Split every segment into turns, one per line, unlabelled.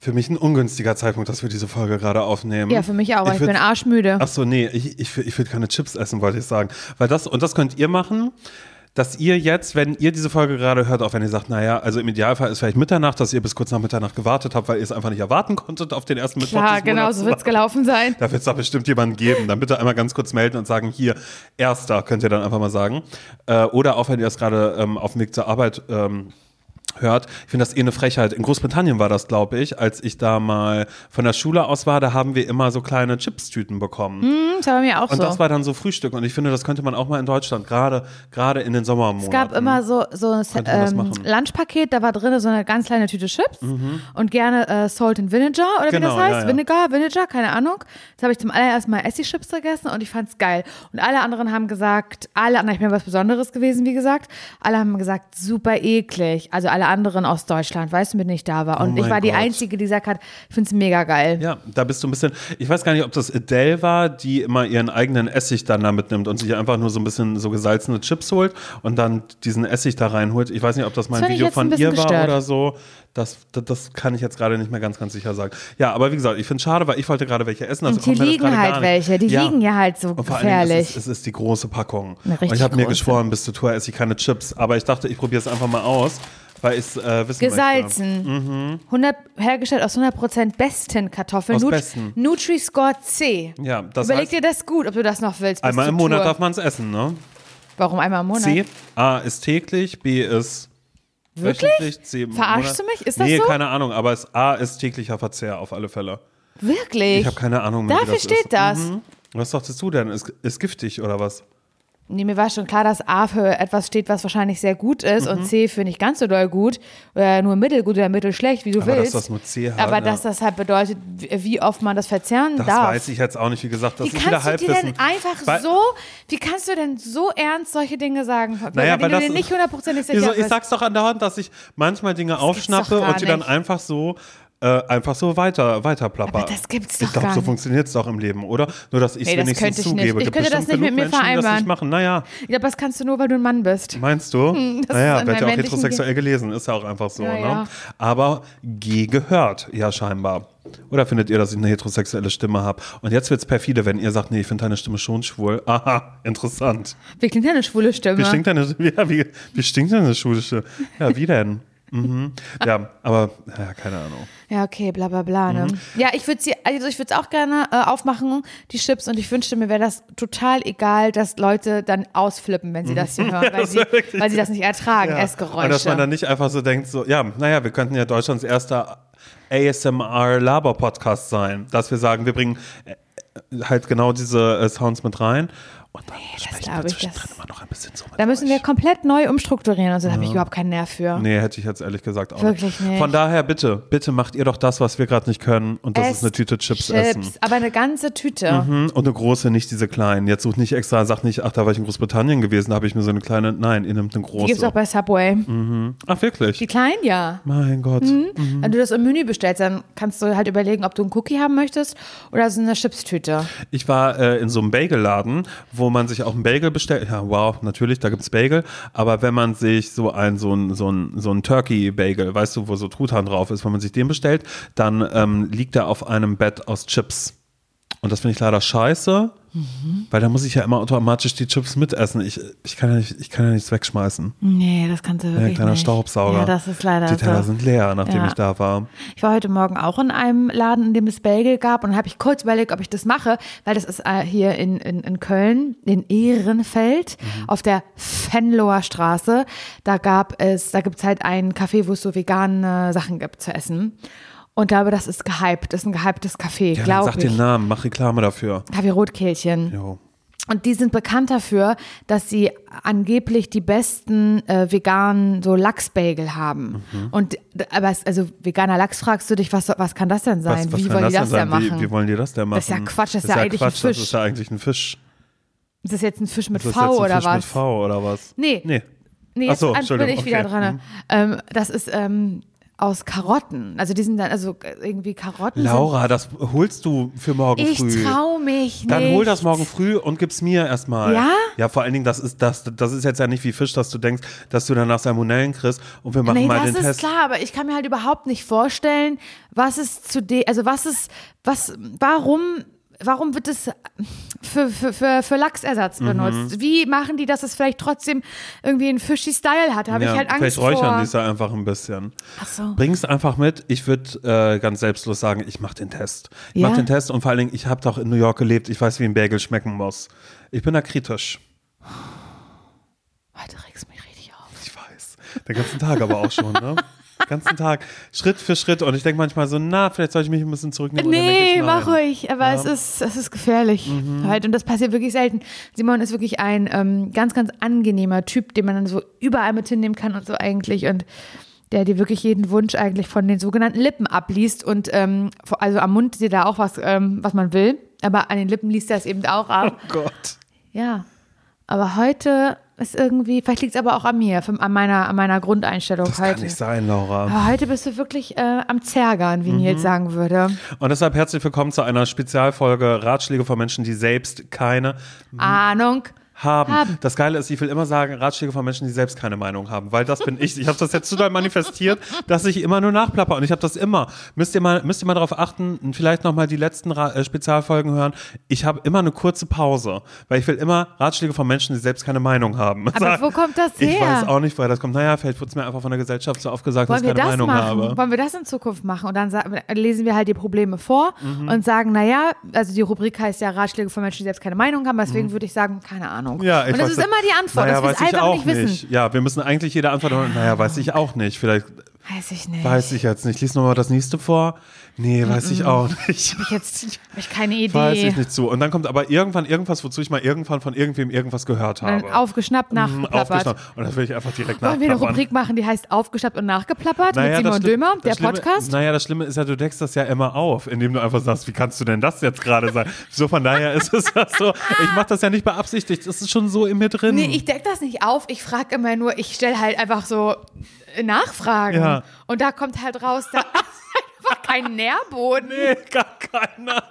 Für mich ein ungünstiger Zeitpunkt, dass wir diese Folge gerade aufnehmen.
Ja, für mich auch, weil ich,
würd-
bin arschmüde.
Ach so, nee, ich, ich, ich will keine Chips essen, wollte ich sagen. Weil das, und das könnt ihr machen, dass ihr jetzt, wenn ihr diese Folge gerade hört, auch wenn ihr sagt, naja, also im Idealfall ist vielleicht Mitternacht, dass ihr bis kurz nach Mitternacht gewartet habt, weil ihr es einfach nicht erwarten konntet auf den ersten Mittwoch.
Klar,
des
genau,
Monats.
so wird's gelaufen sein.
Da wird es doch bestimmt jemanden geben. Dann bitte einmal ganz kurz melden und sagen, hier, erster, könnt ihr dann einfach mal sagen. Äh, oder auch wenn ihr das gerade ähm, auf dem Weg zur Arbeit ähm, hört. Ich finde das eh eine Frechheit. In Großbritannien war das, glaube ich, als ich da mal von der Schule aus war, da haben wir immer so kleine Chipstüten bekommen.
Hm, Das war bei mir auch
Und
so.
das war dann so Frühstück. Und ich finde, das könnte man auch mal in Deutschland, gerade, gerade in den Sommermonaten.
es gab immer so, so ein
Könnte ne? man das
ähm,
machen. Mhm.
Lunchpaket, da war drin so eine ganz kleine Tüte Chips und gerne äh, Salt and Vinegar oder
Genau,
wie das heißt.
ja, ja.
Vinegar, Vinegar, keine Ahnung. Das habe ich zum allerersten Mal Essi-Chips gegessen und ich fand's geil. Und alle anderen haben gesagt, alle anderen, ich bin was Besonderes gewesen, wie gesagt, alle haben gesagt, super eklig. Also alle anderen aus Deutschland, weißt du, mit denen ich da war. Und
Oh
ich
mein
war die
Gott.
Einzige, die sagt hat, ich find's mega geil.
Ja, da bist du ein bisschen. Ich weiß gar nicht, ob das Adele war, die immer ihren eigenen Essig dann da mitnimmt und sich einfach nur so ein bisschen so gesalzene Chips holt und dann diesen Essig da reinholt. Ich weiß nicht, ob das mal ein
Das fand ich
Video
jetzt
von
ein
ihr
bisschen
war
gestört.
oder so. Das, das, das kann ich jetzt gerade nicht mehr ganz, ganz sicher sagen. Ja, aber wie gesagt, ich finde es schade, weil ich wollte gerade welche essen. Also
Und die
kommt mir das
liegen
gerade
halt
gar nicht.
welche, die
Ja.
liegen ja halt so
Und vor allen Dingen,
gefährlich.
es ist, es ist die große Packung.
Eine richtig
und ich habe mir
große.
geschworen, bis zur Tour esse ich keine Chips. Aber ich dachte, ich probiere es einfach mal aus, weil ich es äh, wissen möchte.
Gesalzen. 100, hergestellt aus 100% besten
Mhm.
Kartoffeln.
Aus
Nut-
besten.
Nutri-Score C.
Ja, das
Überleg
heißt-
dir das gut, ob du das noch willst. bis
Einmal
zur
im Monat
Tour.
darf man es essen, ne?
Warum einmal im Monat?
C. A ist täglich, B ist
Wirklich?
wöchentlich, C im Monat.
Verarschst du mich? Ist das
nee,
so?
keine Ahnung, aber es A ist täglicher Verzehr auf alle Fälle.
Wirklich?
Ich habe keine Ahnung mehr. wie
Dafür
das
steht
ist.
das.
Mhm. Was dachtest du denn? Ist, ist giftig oder was?
Nee, mir war schon klar, dass A für etwas steht, was wahrscheinlich sehr gut ist
Mhm.
und C für nicht ganz so doll gut oder nur mittelgut oder mittelschlecht, wie du
Aber dass
willst.
das nur C hat,
Aber
ja.
dass das halt bedeutet, wie wie oft man das verzehren
Das
darf.
weiß ich jetzt auch nicht, wie gesagt. Das
Wie
ist wieder
kannst du dir
Halbwissen.
denn einfach
Weil-
so, wie kannst du denn so ernst solche Dinge sagen?
Naja,
wenn
weil
du
das
dir nicht hundertprozentig sicher
Wieso? Ich
bist.
sag's doch andauernd, dass ich manchmal Dinge aufschnappe
doch gar
und die dann
nicht.
einfach so äh, einfach so weiter weiter plapper.
Aber das gibt's
Ich
doch
glaube,
gar
so
nicht.
funktioniert's doch im Leben, oder? Nur dass ich's
Nee, das
wenigstens
könnte ich nicht.
zugebe.
Ich
Gibt
könnte das
bestimmt
nicht mit
genug
mir
Menschen, die Das
vereinbaren.
nicht machen. Naja,
Ja, aber das kannst du nur, weil du ein Mann bist.
Meinst du?
das ist
naja, wird ja
an meinem
auch
männlichen
heterosexuell gelesen, ist ja auch einfach so.
Ja,
ne?
ja.
Aber G gehört, ja scheinbar. Oder findet ihr, dass ich eine heterosexuelle Stimme habe? Und jetzt wird's perfide, wenn ihr sagt, nee, ich finde deine Stimme schon schwul. Aha, interessant.
Wie klingt deine schwule Stimme?
Wie stinkt deine, ja, wie, wie stinkt deine schwule Stimme? Ja, wie denn? Mhm. Ja, aber ja, keine Ahnung.
Ja, okay, bla bla bla. Ne?
Mhm.
Ja, ich würde also ich würde es auch gerne äh, aufmachen, die Chips, und ich wünschte, mir wäre das total egal, dass Leute dann ausflippen, wenn sie das hier hören,
Mhm.
weil,
Das
sie,
wär wirklich-
weil sie das nicht ertragen,
Ja.
Essgeräusche.
Und dass man dann nicht einfach so denkt, so, ja, naja, wir könnten ja Deutschlands erster ASMR-Laber-Podcast sein, dass wir sagen, wir bringen äh, äh, halt genau diese äh, Sounds mit rein und dann sprechen
glaub
wir
ich,
zwischendrin
das-
immer noch ein bisschen so mit
da müssen wir
euch.
komplett neu umstrukturieren, also da habe ich überhaupt keinen Nerv für.
Nee, hätte ich jetzt ehrlich gesagt auch
Wirklich nicht.
Von daher bitte, bitte macht ihr doch das, was wir gerade nicht können und das ist
Esst
eine Tüte Chips, essen.
Aber eine ganze Tüte.
Mhm, Und eine große, nicht diese kleinen. Jetzt sucht nicht extra, sagt nicht, ach, da war ich in Großbritannien gewesen, da habe ich mir so eine kleine. Nein, ihr nehmt eine
Die gibt es auch
große. Mhm.
bei Subway.
Ach, wirklich?
Die Mhm. kleinen, ja.
Mein Gott. Mhm.
Wenn du das im Menü bestellst, dann kannst du halt überlegen, ob du einen Cookie haben möchtest oder so eine Chipstüte.
Ich war äh, in so einem Bagelladen, wo man sich auch einen Bagel bestellt. Ja, wow, natürlich, da gibt's Bagel. Aber wenn man sich so ein so ein so ein, so ein Turkey Bagel, weißt du, wo so Truthahn drauf ist, wenn man sich den bestellt, dann ähm, liegt er auf einem Bett aus Chips. Und das finde ich leider scheiße,
Mhm.
weil da muss ich ja immer automatisch die Chips mitessen. Ich, ich, kann, ja nicht, ich kann ja nichts wegschmeißen.
Nee, das kannst du
Ja,
wirklich
kleiner
nicht.
Staubsauger.
Ja, das ist leider
Die Teller
so.
sind leer, nachdem
Ja.
ich da war.
Ich war heute Morgen auch in einem Laden, in dem es Bagel gab und habe ich kurz überlegt, ob ich das mache, weil das ist äh, hier in, in, in Köln, in Ehrenfeld,
Mhm.
auf der Fenloer Straße. Da gab es, da gibt es halt einen Café, wo es so vegane Sachen gibt zu essen. Und glaube, das ist gehypt, das ist ein gehyptes Café,
Ja, dann
glaube
sag den
ich.
Namen, mach Reklame dafür.
Kaffee Rotkehlchen.
Jo.
Und die sind bekannt dafür, dass sie angeblich die besten äh, veganen so Lachsbagel haben.
Mhm.
Und d- aber es, also veganer Lachs fragst du dich, was, so- was kann das denn sein?
Was, was
wie
kann
wollen die das
denn sein?
denn machen?
Wie, wie wollen die das denn machen?
ist ja Quatsch, das ist ja eigentlich ein
Quatsch, Das
Fisch.
ist ja eigentlich ein Fisch.
ist das jetzt ein Fisch mit
Ist das
V
jetzt ein
oder
Fisch
was?
mit V oder was?
Nee.
Nee.
Nee,
Ach
jetzt
so,
an- bin
Entschuldigung, Mhm.
ich wieder
okay.
dran. Ähm, das ist ähm, aus Karotten. Also die sind dann, also irgendwie Karotten.
Laura, das holst du für morgen
sind, ich
früh.
trau mich nicht.
Dann hol das morgen früh und gib's mir erstmal.
Ja?
Ja, vor allen Dingen, das ist, das, das ist jetzt ja nicht wie Fisch, dass du denkst, dass du danach Salmonellen kriegst und wir machen
Nee,
mal
das
den
ist
Test.
klar, aber ich kann mir halt überhaupt nicht vorstellen, was ist zu de also was ist, was, warum, warum wird es für, für, für, für Lachsersatz
Mhm.
benutzt? Wie machen die, dass es vielleicht trotzdem irgendwie einen fishy Style hat? Da habe
ja,
ich halt Angst
vielleicht räuchern
vor.
die es ja einfach ein bisschen.
Ach so.
Bring's einfach mit. Ich würde äh, ganz selbstlos sagen, ich mache den Test. Ich
Ja?
mache den Test und vor allen Dingen, ich habe doch in New York gelebt. Ich weiß, wie ein Bagel schmecken muss. Ich bin da kritisch.
Heute regst du mich richtig auf.
Ich weiß. Den ganzen Tag aber auch schon, ne? Den ganzen Tag. Schritt für Schritt. Und ich denke manchmal so, na, vielleicht soll ich mich ein bisschen zurücknehmen. Und dann denk
Nee,
ich, nein.
mach ruhig, aber es, ist, es ist gefährlich
Mhm.
halt und das passiert wirklich selten. Simon ist wirklich ein ähm, ganz, ganz angenehmer Typ, den man dann so überall mit hinnehmen kann und so eigentlich und der dir wirklich jeden Wunsch eigentlich von den sogenannten Lippen abliest und ähm, vor- also am Mund sieht er auch was, ähm, was man will, aber an den Lippen liest er es eben auch ab.
Oh Gott.
ja, aber heute ist irgendwie, vielleicht liegt es aber auch an mir, von- an meiner, an meiner Grundeinstellung
Das
heute.
kann nicht sein, Laura.
Aber heute bist du wirklich äh, am Zergern, wie
Mhm.
Nils sagen würde.
Und deshalb herzlich willkommen zu einer Spezialfolge Ratschläge von Menschen, die selbst keine
Ahnung.
haben.
Haben.
Das Geile ist, ich will immer sagen, Ratschläge von Menschen, die selbst keine Meinung haben, weil das bin ich. Ich habe das jetzt total manifestiert, dass ich immer nur nachplapper und ich habe das immer. Müsst ihr mal, müsst ihr mal darauf achten, und vielleicht nochmal die letzten Ra äh, Spezialfolgen hören. Ich habe immer eine kurze Pause, weil ich will immer Ratschläge von Menschen, die selbst keine Meinung haben.
Aber wo kommt das her?
Ich weiß auch nicht, woher das kommt. Naja, vielleicht wurde es mir einfach von der Gesellschaft so aufgesagt, dass
Wollen
ich
wir
keine Meinung
das machen?
habe.
Wollen wir das in Zukunft machen? Und dann sa- lesen wir halt die Probleme vor
Mhm.
und sagen, naja, also die Rubrik heißt ja Ratschläge von Menschen, die selbst keine Meinung haben. Deswegen würde ich sagen, keine Ahnung.
Mhm. Ja, ich
und das
weiß
ist immer die Antwort,
naja,
dass wir es
weiß ich
einfach
auch
nicht wissen. Ah.
Ja, wir müssen eigentlich jede Antwort hören. Naja, weiß ich auch nicht. Vielleicht
Weiß ich nicht.
weiß ich jetzt nicht. Lies nochmal das nächste vor. Nee, weiß ich auch nicht.
ich jetzt hab ich keine Idee.
Weiß ich nicht zu. Und dann kommt aber irgendwann irgendwas, wozu ich mal irgendwann von irgendwem irgendwas gehört
Und
habe.
Dann aufgeschnappt,
Mhm,
nachgeplappert.
aufgeschnappt. Und das will ich einfach direkt
Wollen wir eine
nachplappern.
Rubrik machen, die heißt Aufgeschnappt und nachgeplappert mit Simon
Schlimme-
Dömer, der
das Schlimme,
Podcast?
Naja, das Schlimme ist ja, du deckst das ja immer auf, indem du einfach sagst, wie kannst du denn das jetzt gerade sein? So von daher ist es ja so, ich mache das ja nicht beabsichtigt, das ist schon so in mir drin.
Nee, ich deck das nicht auf. Ich frage immer nur, ich stelle halt einfach so äh, Nachfragen.
Ja.
Und da kommt halt raus, da ist einfach kein Nährboden.
Nee, gar keiner.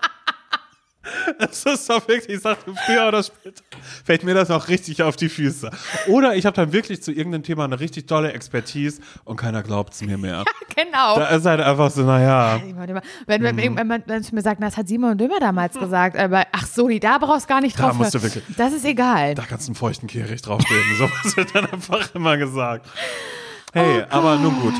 Es ist doch wirklich, ich sagte, früher oder später fällt mir das noch richtig auf die Füße. Oder ich habe dann wirklich zu irgendeinem Thema eine richtig tolle Expertise und keiner glaubt es mir mehr.
Genau.
Da Mhm. ist halt einfach so, naja.
Simon Dömer. Wenn, wenn, wenn man wenn zu mir sagt, na, das hat Simon Dömer damals gesagt, aber ach so, nee, da brauchst gar nicht
Mhm. Da
drauf.
musst du
hören.
wirklich-
Das ist egal.
Da kannst du einen feuchten Kehricht drauflegen. So was wird dann einfach immer gesagt. Hey, aber nun gut.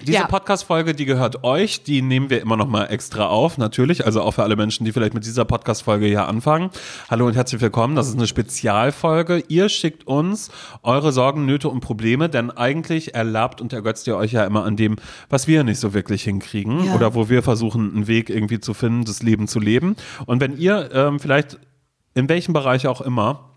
Diese
Oh Ja.
Podcast-Folge, die gehört euch, die nehmen wir immer noch mal extra auf, natürlich. Also auch für alle Menschen, die vielleicht mit dieser Podcast-Folge hier anfangen. Hallo und herzlich willkommen. Das ist eine Spezialfolge. Ihr schickt uns eure Sorgen, Nöte und Probleme, denn eigentlich erlaubt und ergötzt ihr euch ja immer an dem, was wir nicht so wirklich hinkriegen
Ja.
oder wo wir versuchen, einen Weg irgendwie zu finden, das Leben zu leben. Und wenn ihr ähm, vielleicht in welchem Bereich auch immer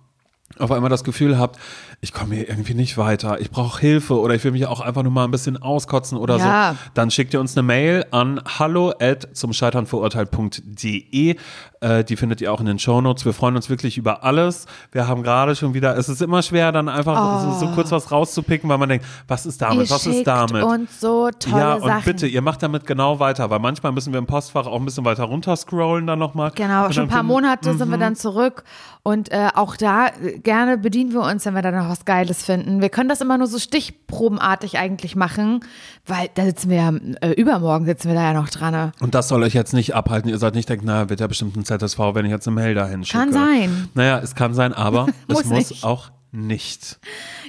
auf einmal das Gefühl habt, ich komme hier irgendwie nicht weiter, ich brauche Hilfe oder ich will mich auch einfach nur mal ein bisschen auskotzen oder
Ja.
so, dann schickt ihr uns eine Mail an hallo at zum Scheitern verurteilt.de. Äh, die findet ihr auch in den Shownotes. Wir freuen uns wirklich über alles. Wir haben gerade schon wieder, es ist immer schwer, dann einfach so, so kurz was rauszupicken, weil man denkt, was ist damit,
Oh. Ihr
was ist
schickt
damit?
uns so tolle
ja, und
Sachen.
bitte, ihr macht damit genau weiter, weil manchmal müssen wir im Postfach auch ein bisschen weiter runterscrollen dann nochmal.
Genau,
Und
schon
dann Mhm.
ein paar
finden-
Monate sind wir dann zurück und äh, auch da äh, gerne bedienen wir uns, wenn wir da noch was Geiles finden. Wir können das immer nur so stichprobenartig eigentlich machen, weil da sitzen wir ja, äh, übermorgen sitzen wir da ja noch dran. ne?
Und das soll euch jetzt nicht abhalten. Ihr sollt nicht denken, na, wird ja bestimmt ein ZSV, wenn ich jetzt eine Mail dahin schicke.
Kann sein.
Naja, es kann sein, aber es
Muss
muss
nicht.
auch nicht.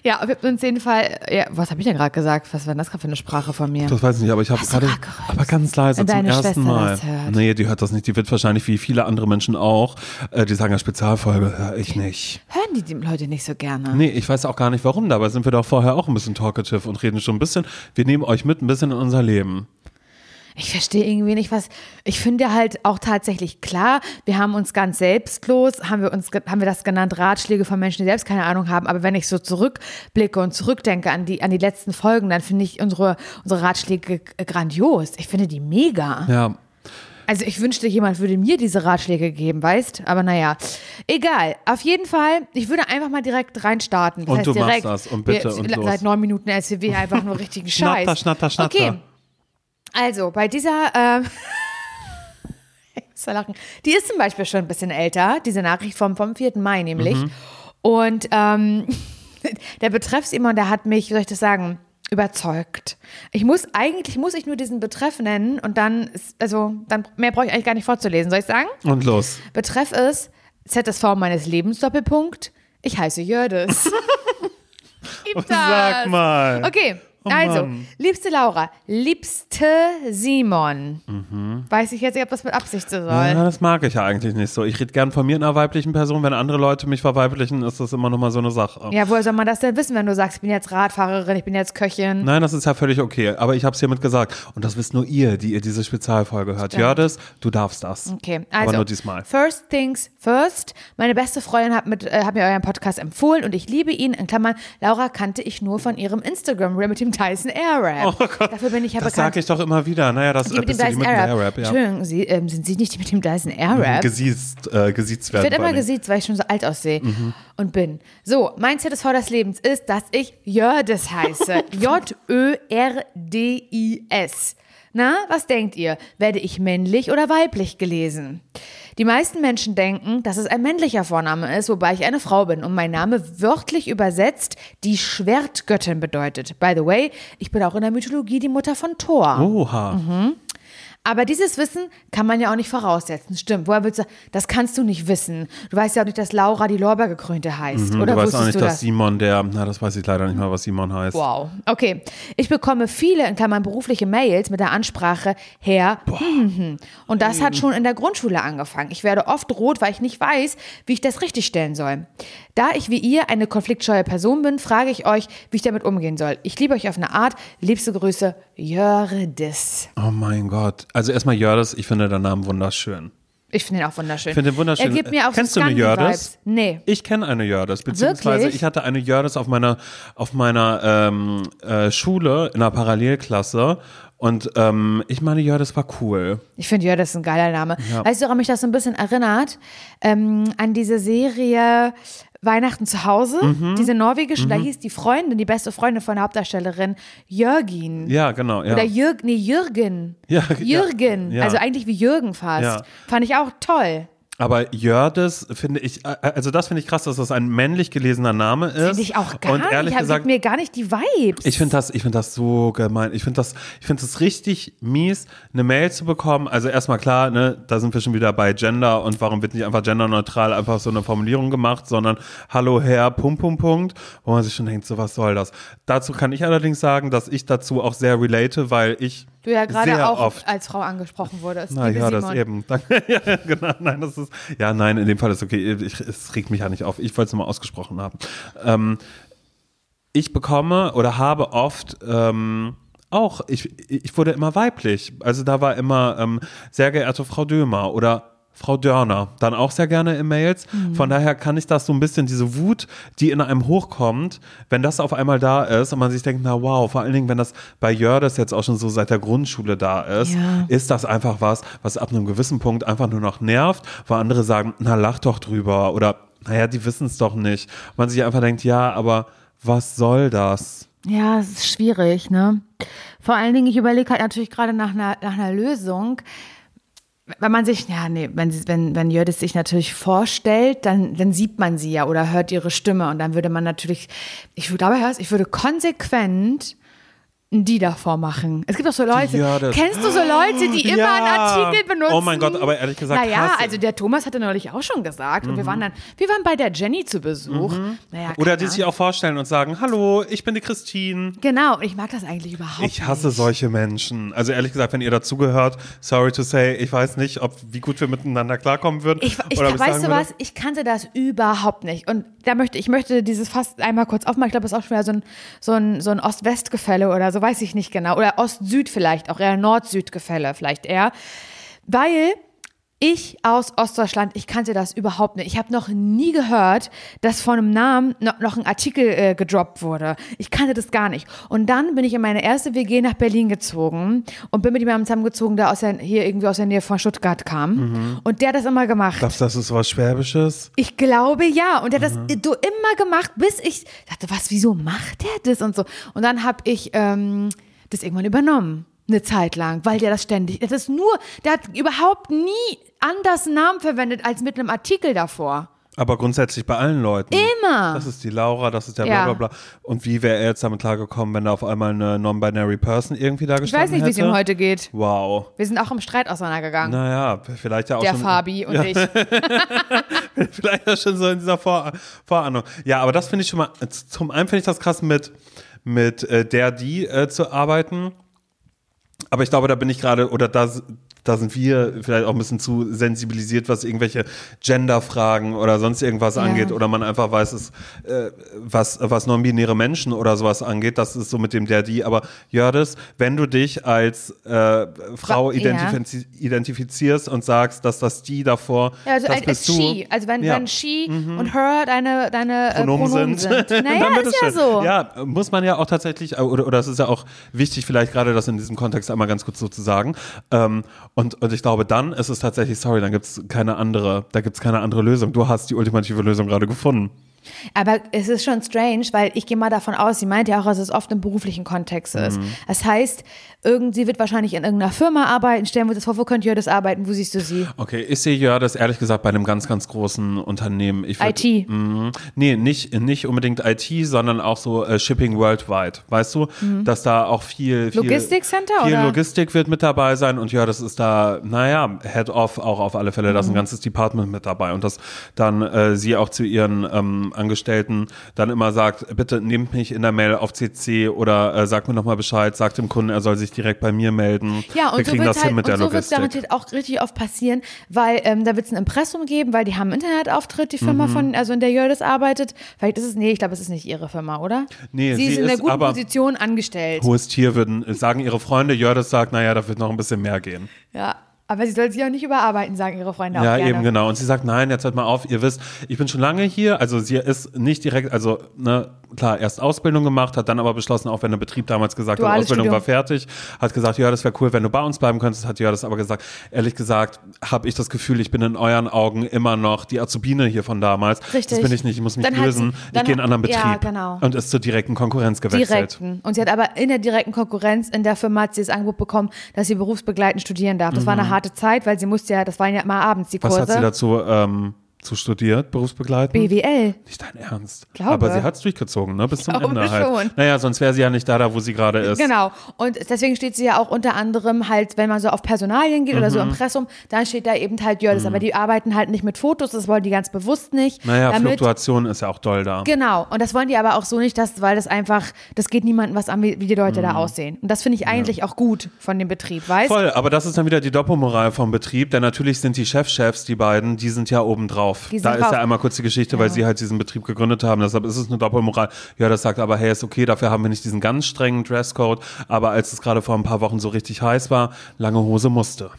Ja, wir haben uns jeden Fall, ja, was habe ich denn gerade gesagt? Was war denn das gerade für eine Sprache von mir?
Das weiß ich nicht, aber ich habe
Hast du
gerade,
gerade gerülpst?
aber ganz leise
Wenn
zum
deine
ersten
Schwester
Mal.
das hört.
Nee, die hört das nicht. Die wird wahrscheinlich wie viele andere Menschen auch, äh, die sagen ja Spezialfolge, hör ich nicht.
Hören die, die Leute nicht so gerne?
Nee, ich weiß auch gar nicht warum. Dabei sind wir doch vorher auch ein bisschen talkative und reden schon ein bisschen. Wir nehmen euch mit ein bisschen in unser Leben.
Ich verstehe irgendwie nicht, was. Ich finde halt auch tatsächlich klar, wir haben uns ganz selbstlos, haben wir uns, ge- haben wir das genannt, Ratschläge von Menschen, die selbst keine Ahnung haben. Aber wenn ich so zurückblicke und zurückdenke an die, an die letzten Folgen, dann finde ich unsere, unsere Ratschläge g- äh, grandios. Ich finde die mega.
Ja.
Also ich wünschte, jemand würde mir diese Ratschläge geben, weißt? Aber naja, egal. Auf jeden Fall, ich würde einfach mal direkt reinstarten. Das
Und
heißt
du machst
direkt,
das. Und bitte
wir,
und los.
Seit neun Minuten SCW einfach nur richtigen Scheiß.
Schnatter, schnatter, schnatter.
Okay, Also, bei dieser, ähm, ich muss da lachen. die ist zum Beispiel schon ein bisschen älter, diese Nachricht vom, vom 4. Mai nämlich.
Mhm.
Und ähm, der Betreff ist immer, der hat mich, wie soll ich das sagen, überzeugt. Ich muss, eigentlich muss ich nur diesen Betreff nennen und dann, ist, also, dann mehr brauche ich eigentlich gar nicht vorzulesen, soll ich sagen?
Und los.
Betreff ist ZSV meines Lebens, Doppelpunkt. Ich heiße Jördes. Gib
Sag mal.
Okay,
Oh
also,
Mann.
liebste Laura, liebste Simon. Weiß ich jetzt nicht, ob das mit Absicht so soll.
Mhm. Ja, das mag ich ja eigentlich nicht so. Ich rede gern von mir in einer weiblichen Person. Wenn andere Leute mich verweiblichen, ist das immer nochmal so eine Sache.
Ja, woher soll man das denn wissen, wenn du sagst, ich bin jetzt Radfahrerin, ich bin jetzt Köchin?
Nein, das ist ja völlig okay. Aber ich habe es hiermit gesagt. Und das wisst nur ihr, die ihr diese Spezialfolge hört. Jördes, du darfst das.
Okay, also
Aber nur diesmal.
First things first. Meine beste Freundin hat, mit, äh, hat mir euren Podcast empfohlen und ich liebe ihn. In Klammern, Laura kannte ich nur von ihrem Instagram-Reel mit dem Tyson Airwrap. Oh Gott, Dafür bin ich ja
Das
bekannt.
sage ich doch immer wieder. Naja, das
die
äh,
mit dem
bist du die
Dyson
mit dem
Airwrap.
Airwrap, ja. Mhm,
Entschuldigung, Sie, ähm, sind Sie nicht die mit dem Dyson Airwrap?
Gesiezt, äh, gesiezt werden.
Ich
vor
werde immer
allen Dingen.
gesiezt, weil ich schon so alt aussehe und bin. So, mein ZSV des Lebens ist, dass ich Jördes heiße. J-Ö-R-D-I-S. Na, was denkt ihr? Werde ich männlich oder weiblich gelesen? Die meisten Menschen denken, dass es ein männlicher Vorname ist, wobei ich eine Frau bin und mein Name wörtlich übersetzt die Schwertgöttin bedeutet. By the way, ich bin auch in der Mythologie die Mutter von Thor.
Oha.
Mhm. Aber dieses Wissen kann man ja auch nicht voraussetzen. Stimmt. Woher willst du, das kannst du nicht wissen. Du weißt ja auch nicht, dass Laura die Lorbeergekrönte heißt.
Hm,
oder
du weißt
wusstest
auch nicht,
du
dass
das?
Simon der, na, das weiß ich leider nicht mal, was Simon heißt.
Wow. Okay. Ich bekomme viele, in Klammern berufliche Mails mit der Ansprache Herr. mhm. Und das hat schon in der Grundschule angefangen. Ich werde oft rot, weil ich nicht weiß, wie ich das richtigstellen soll. Da ich wie ihr eine konfliktscheue Person bin, frage ich euch, wie ich damit umgehen soll. Ich liebe euch auf eine Art. Liebste Grüße, Jördis.
Oh mein Gott. Also erstmal Jördes, ich finde deinen Namen wunderschön.
Ich finde ihn auch wunderschön.
Ich finde den wunderschön.
Er gibt mir auch
Kennst
so
du eine
Scandi-Vibes.
Jördes?
Nee.
Ich kenne eine Jördes, beziehungsweise
Wirklich?
ich hatte eine Jördes auf meiner, auf meiner ähm, äh, Schule in einer Parallelklasse. Und ähm, ich meine, Jördes war cool.
Ich finde, ja, das ist ein geiler Name. Weißt du, woran mich das so ein bisschen erinnert? Ähm, an diese Serie Weihnachten zu Hause,
Mhm.
diese norwegische, da hieß die Freundin, die beste Freundin von der Hauptdarstellerin, Jörgin.
Ja, genau. Ja.
Oder Jürg, nee, Jürgen.
Ja,
Jürgen.
ja, ja.
Also eigentlich wie Jürgen fast.
Ja.
Fand ich auch toll.
Aber Jördes finde ich, äh, also das finde ich krass, dass das ein männlich gelesener Name ist.
Finde ich auch gar
Und ehrlich
nicht. Hab-
gesagt,
gibt mir gar nicht die Vibes.
Ich finde das, ich finde das so gemein. Ich finde das, ich finde das richtig mies, eine Mail zu bekommen. Also erstmal klar, ne, da sind wir schon wieder bei Gender und warum wird nicht einfach genderneutral einfach so eine Formulierung gemacht, sondern Hallo Herr, Punkt, Punkt, Punkt, wo man sich schon denkt, so was soll das? Dazu kann ich allerdings sagen, dass ich dazu auch sehr relate, weil ich
du ja gerade
sehr
auch
oft
als Frau angesprochen wurdest.
na
liebe
ja,
Simon.
das eben. Danke. ja, genau. Nein, das ist. Ja, nein, in dem Fall ist okay. Ich, es regt mich ja nicht auf. Ich wollte es nur mal ausgesprochen haben. Ähm, ich bekomme oder habe oft. Ähm, auch, ich, ich wurde immer weiblich. Also da war immer ähm, sehr geehrte Frau Dömer oder Frau Dörner, dann auch sehr gerne in Mails.
Mhm.
Von daher kann ich das so ein bisschen, diese Wut, die in einem hochkommt, wenn das auf einmal da ist und man sich denkt, na wow, vor allen Dingen, wenn das bei Jördes jetzt auch schon so seit der Grundschule da ist,
Ja.
ist das einfach was, was ab einem gewissen Punkt einfach nur noch nervt, wo andere sagen, na lach doch drüber oder naja, die wissen es doch nicht. Man sich einfach denkt, ja, aber was soll das?
Ja, es ist schwierig, ne? Vor allen Dingen, ich überlege halt natürlich gerade nach einer, nach einer Lösung. Wenn man sich, ja, nee, wenn, sie- wenn, wenn Jördis sich natürlich vorstellt, dann, dann sieht man sie ja oder hört ihre Stimme und dann würde man natürlich, ich würde- glaube, ich würde konsequent die davor machen. Es gibt auch so Leute,
Jördis.
kennst du so Leute, die immer
Ja.
einen Artikel benutzen?
Oh mein Gott, aber ehrlich gesagt,
Naja,
hast-
also der Thomas hatte neulich auch schon gesagt und wir waren dann, wir waren bei der Jenny zu Besuch. Naja,
Mhm. Oder
keine
die sich
Ahnung.
auch vorstellen und sagen, hallo, ich bin die Christine.
Genau, ich mag das eigentlich überhaupt
Ich hasse
nicht.
solche Menschen. Also ehrlich gesagt, wenn ihr dazugehört, sorry to say, ich weiß nicht, ob wie gut wir miteinander klarkommen würden.
Ich, ich,
oder ob sagen
weißt du
würde,
was? Ich kannte das überhaupt nicht. Und da möchte ich möchte dieses fast einmal kurz aufmachen. Ich glaube, es ist auch schon wieder so ein, so ein, so ein Ost-West-Gefälle oder so, weiß ich nicht genau. Oder Ost-Süd vielleicht, auch eher Nord-Süd-Gefälle vielleicht eher. Weil ich aus Ostdeutschland, ich kannte das überhaupt nicht. Ich habe noch nie gehört, dass von einem Namen no- noch ein Artikel äh, gedroppt wurde. Ich kannte das gar nicht. Und dann bin ich in meine erste WG nach Berlin gezogen und bin mit jemandem zusammengezogen, der aus der, hier irgendwie aus der Nähe von Stuttgart kam.
Mhm.
Und der hat das immer gemacht.
Glaubst du, das ist was Schwäbisches?
Ich glaube ja. Und er hat
Mhm.
das so immer gemacht, bis ich dachte, was, wieso macht er das und so. Und dann habe ich ähm, das irgendwann übernommen. eine Zeit lang, weil der das ständig, das ist nur, der hat überhaupt nie anders einen Namen verwendet als mit einem Artikel davor.
Aber grundsätzlich bei allen Leuten.
Immer.
Das ist die Laura, das ist der
Ja.
bla bla bla. Und wie wäre er jetzt damit klargekommen, wenn da auf einmal eine non-binary Person irgendwie da
Ich weiß
gestanden
nicht, wie es ihm
hätte?
heute geht.
Wow.
Wir sind auch im Streit auseinandergegangen.
Naja, vielleicht ja auch
der
schon,
Fabi und ich.
vielleicht ja schon so in dieser Vor Vorahnung. Ja, aber das finde ich schon mal, zum einen finde ich das krass mit, mit äh, der, die äh, zu arbeiten. Aber ich glaube, da bin ich gerade, oder da, s- da sind wir vielleicht auch ein bisschen zu sensibilisiert, was irgendwelche Gender-Fragen oder sonst irgendwas angeht. Oder man einfach weiß, es, äh, was, was non-binäre Menschen oder sowas angeht. Das ist so mit dem der, die. Aber Jördis, wenn du dich als äh, Frau
Wa- ja.
identifiz identifizierst und sagst, dass das die davor,
Ja, also
das
als,
bist
als
du.
she. Also wenn,
Ja. Mhm.
wenn she und her deine, deine Pronomen, äh, Pronomen sind. Naja,
dann wird
ist
es
ja
schön.
so.
Ja, muss man ja auch tatsächlich, äh, oder, oder es ist ja auch wichtig, vielleicht gerade das in diesem Kontext einmal ganz kurz so zu sagen. Ähm, und, und ich glaube, dann ist es tatsächlich, sorry, dann gibt es keine andere, da gibt es keine andere Lösung. Du hast die ultimative Lösung gerade gefunden.
Aber es ist schon strange, weil ich gehe mal davon aus, sie meint ja auch, dass es oft im beruflichen Kontext ist.
Mhm.
Das heißt, irgend, sie wird wahrscheinlich in irgendeiner Firma arbeiten. Stellen wir uns das vor, wo könnt ihr das arbeiten? Wo siehst du sie?
Okay, ich sehe ja das ehrlich gesagt bei einem ganz, ganz großen Unternehmen. Ich würd-
IT.
Mhm. Nee, nicht, nicht unbedingt IT, sondern auch so äh, Shipping worldwide. Weißt du, dass da auch viel. viel
Mhm. Logistikcenter,
Viel
oder?
Logistik wird mit dabei sein und ja, das ist da, naja, Head of auch auf alle Fälle, da
Mhm.
ist ein ganzes Department mit dabei und dass dann äh, sie auch zu ihren ähm, Angestellten dann immer sagt, bitte nehmt mich in der Mail auf CC oder äh, sagt mir nochmal Bescheid, sagt dem Kunden, er soll sich direkt bei mir melden.
Ja,
Wir
und so
kriegen
wird
das
halt,
hin mit
und
der
so wird's
Logistik.
garantiert auch richtig oft passieren, weil ähm, da wird es ein Impressum geben, weil die haben einen Internetauftritt, die
Mhm.
Firma von, also in der Jördes arbeitet. Vielleicht ist es, nee, ich glaube, es ist nicht ihre Firma, oder?
Nee,
sie,
sie
ist in einer
ist
guten
aber-
Position angestellt.
Hohes Tier würden, äh, sagen ihre Freunde, Jördes sagt, naja, da wird noch ein bisschen mehr gehen.
Ja, aber sie soll sich auch nicht überarbeiten, sagen ihre Freunde auch
Ja,
gerne.
eben genau. Und sie sagt, nein, jetzt hört mal auf, ihr wisst, ich bin schon lange hier. Also sie ist nicht direkt, also ne, klar, erst Ausbildung gemacht, hat dann aber beschlossen, auch wenn der Betrieb damals gesagt hat,
Duales
Ausbildung
Studium.
war fertig, hat gesagt, ja, das wäre cool, wenn du bei uns bleiben könntest, hat ja das aber gesagt, ehrlich gesagt, habe ich das Gefühl, ich bin in euren Augen immer noch die Azubine hier von damals.
Richtig.
Das bin ich nicht, ich muss mich
Dann hat
lösen,
sie-
ich
dann
gehe in einen anderen
hat-
Betrieb.
ja, genau.
Und ist zur direkten Konkurrenz gewechselt.
Direkten. Und sie hat aber in der direkten Konkurrenz in der Firma hat sie das Angebot bekommen, dass sie berufsbegleitend studieren darf. Das war eine harte Zeit, weil sie musste ja, das waren ja immer abends die
Mhm. Was
Kurse.
hat sie dazu ähm, zu studiert, berufsbegleitend?
BWL.
Nicht dein Ernst.
Glaube.
Aber sie hat es durchgezogen, ne? Bis zum
Glaube
Ende halt.
schon.
Naja, sonst wäre sie ja nicht da, da wo sie gerade ist.
Genau. Und deswegen steht sie ja auch unter anderem halt, wenn man so auf Personalien geht oder so
Mhm.
Impressum, dann steht da eben halt Jördes. Aber die arbeiten halt nicht mit Fotos, das wollen die ganz bewusst nicht.
Naja,
damit,
Fluktuation ist ja auch doll da.
Genau, und das wollen die aber auch so nicht, dass, weil das einfach, das geht niemandem was an, wie wie die Leute da aussehen. Und das finde ich eigentlich auch gut von dem Betrieb, weißt du?
Mhm. Voll, aber das ist dann wieder die Doppelmoral vom Betrieb, denn natürlich sind die Chefchefs, die beiden, die sind ja obendrauf.
Die sind
Da ist
drauf.
ja einmal kurz die Geschichte, weil sie halt diesen Betrieb gegründet haben. Deshalb ist es eine Doppelmoral. Ja, das sagt aber, hey, ist okay, dafür haben wir nicht diesen ganz strengen Dresscode. Aber als es gerade vor ein paar Wochen so richtig heiß war, lange Hose musste.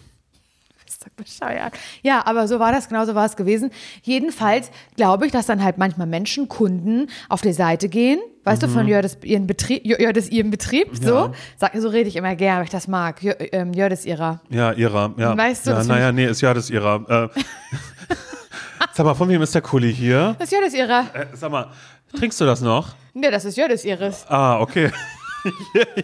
Ist doch bescheuert. Ja, aber so war das, genau so war es gewesen. Jedenfalls glaube ich, dass dann halt manchmal Menschen, Kunden auf die Seite gehen, weißt du, von
Mhm.
Jördes ihren Betrieb, Jördes ihrem Betrieb, so. Sag, so rede ich immer gern, weil ich das mag. Jö- ähm, Jördes ihrer.
Ja, ihrer. Ja.
Weißt du,
ja,
das find
naja, nee, ist ja das ihrer. Äh, sag mal, von wem ist der Kuli hier?
Das ist Jördes ihrer.
Äh, sag mal, trinkst du das noch?
Ne, das ist Jördes ihres.
Ah, okay.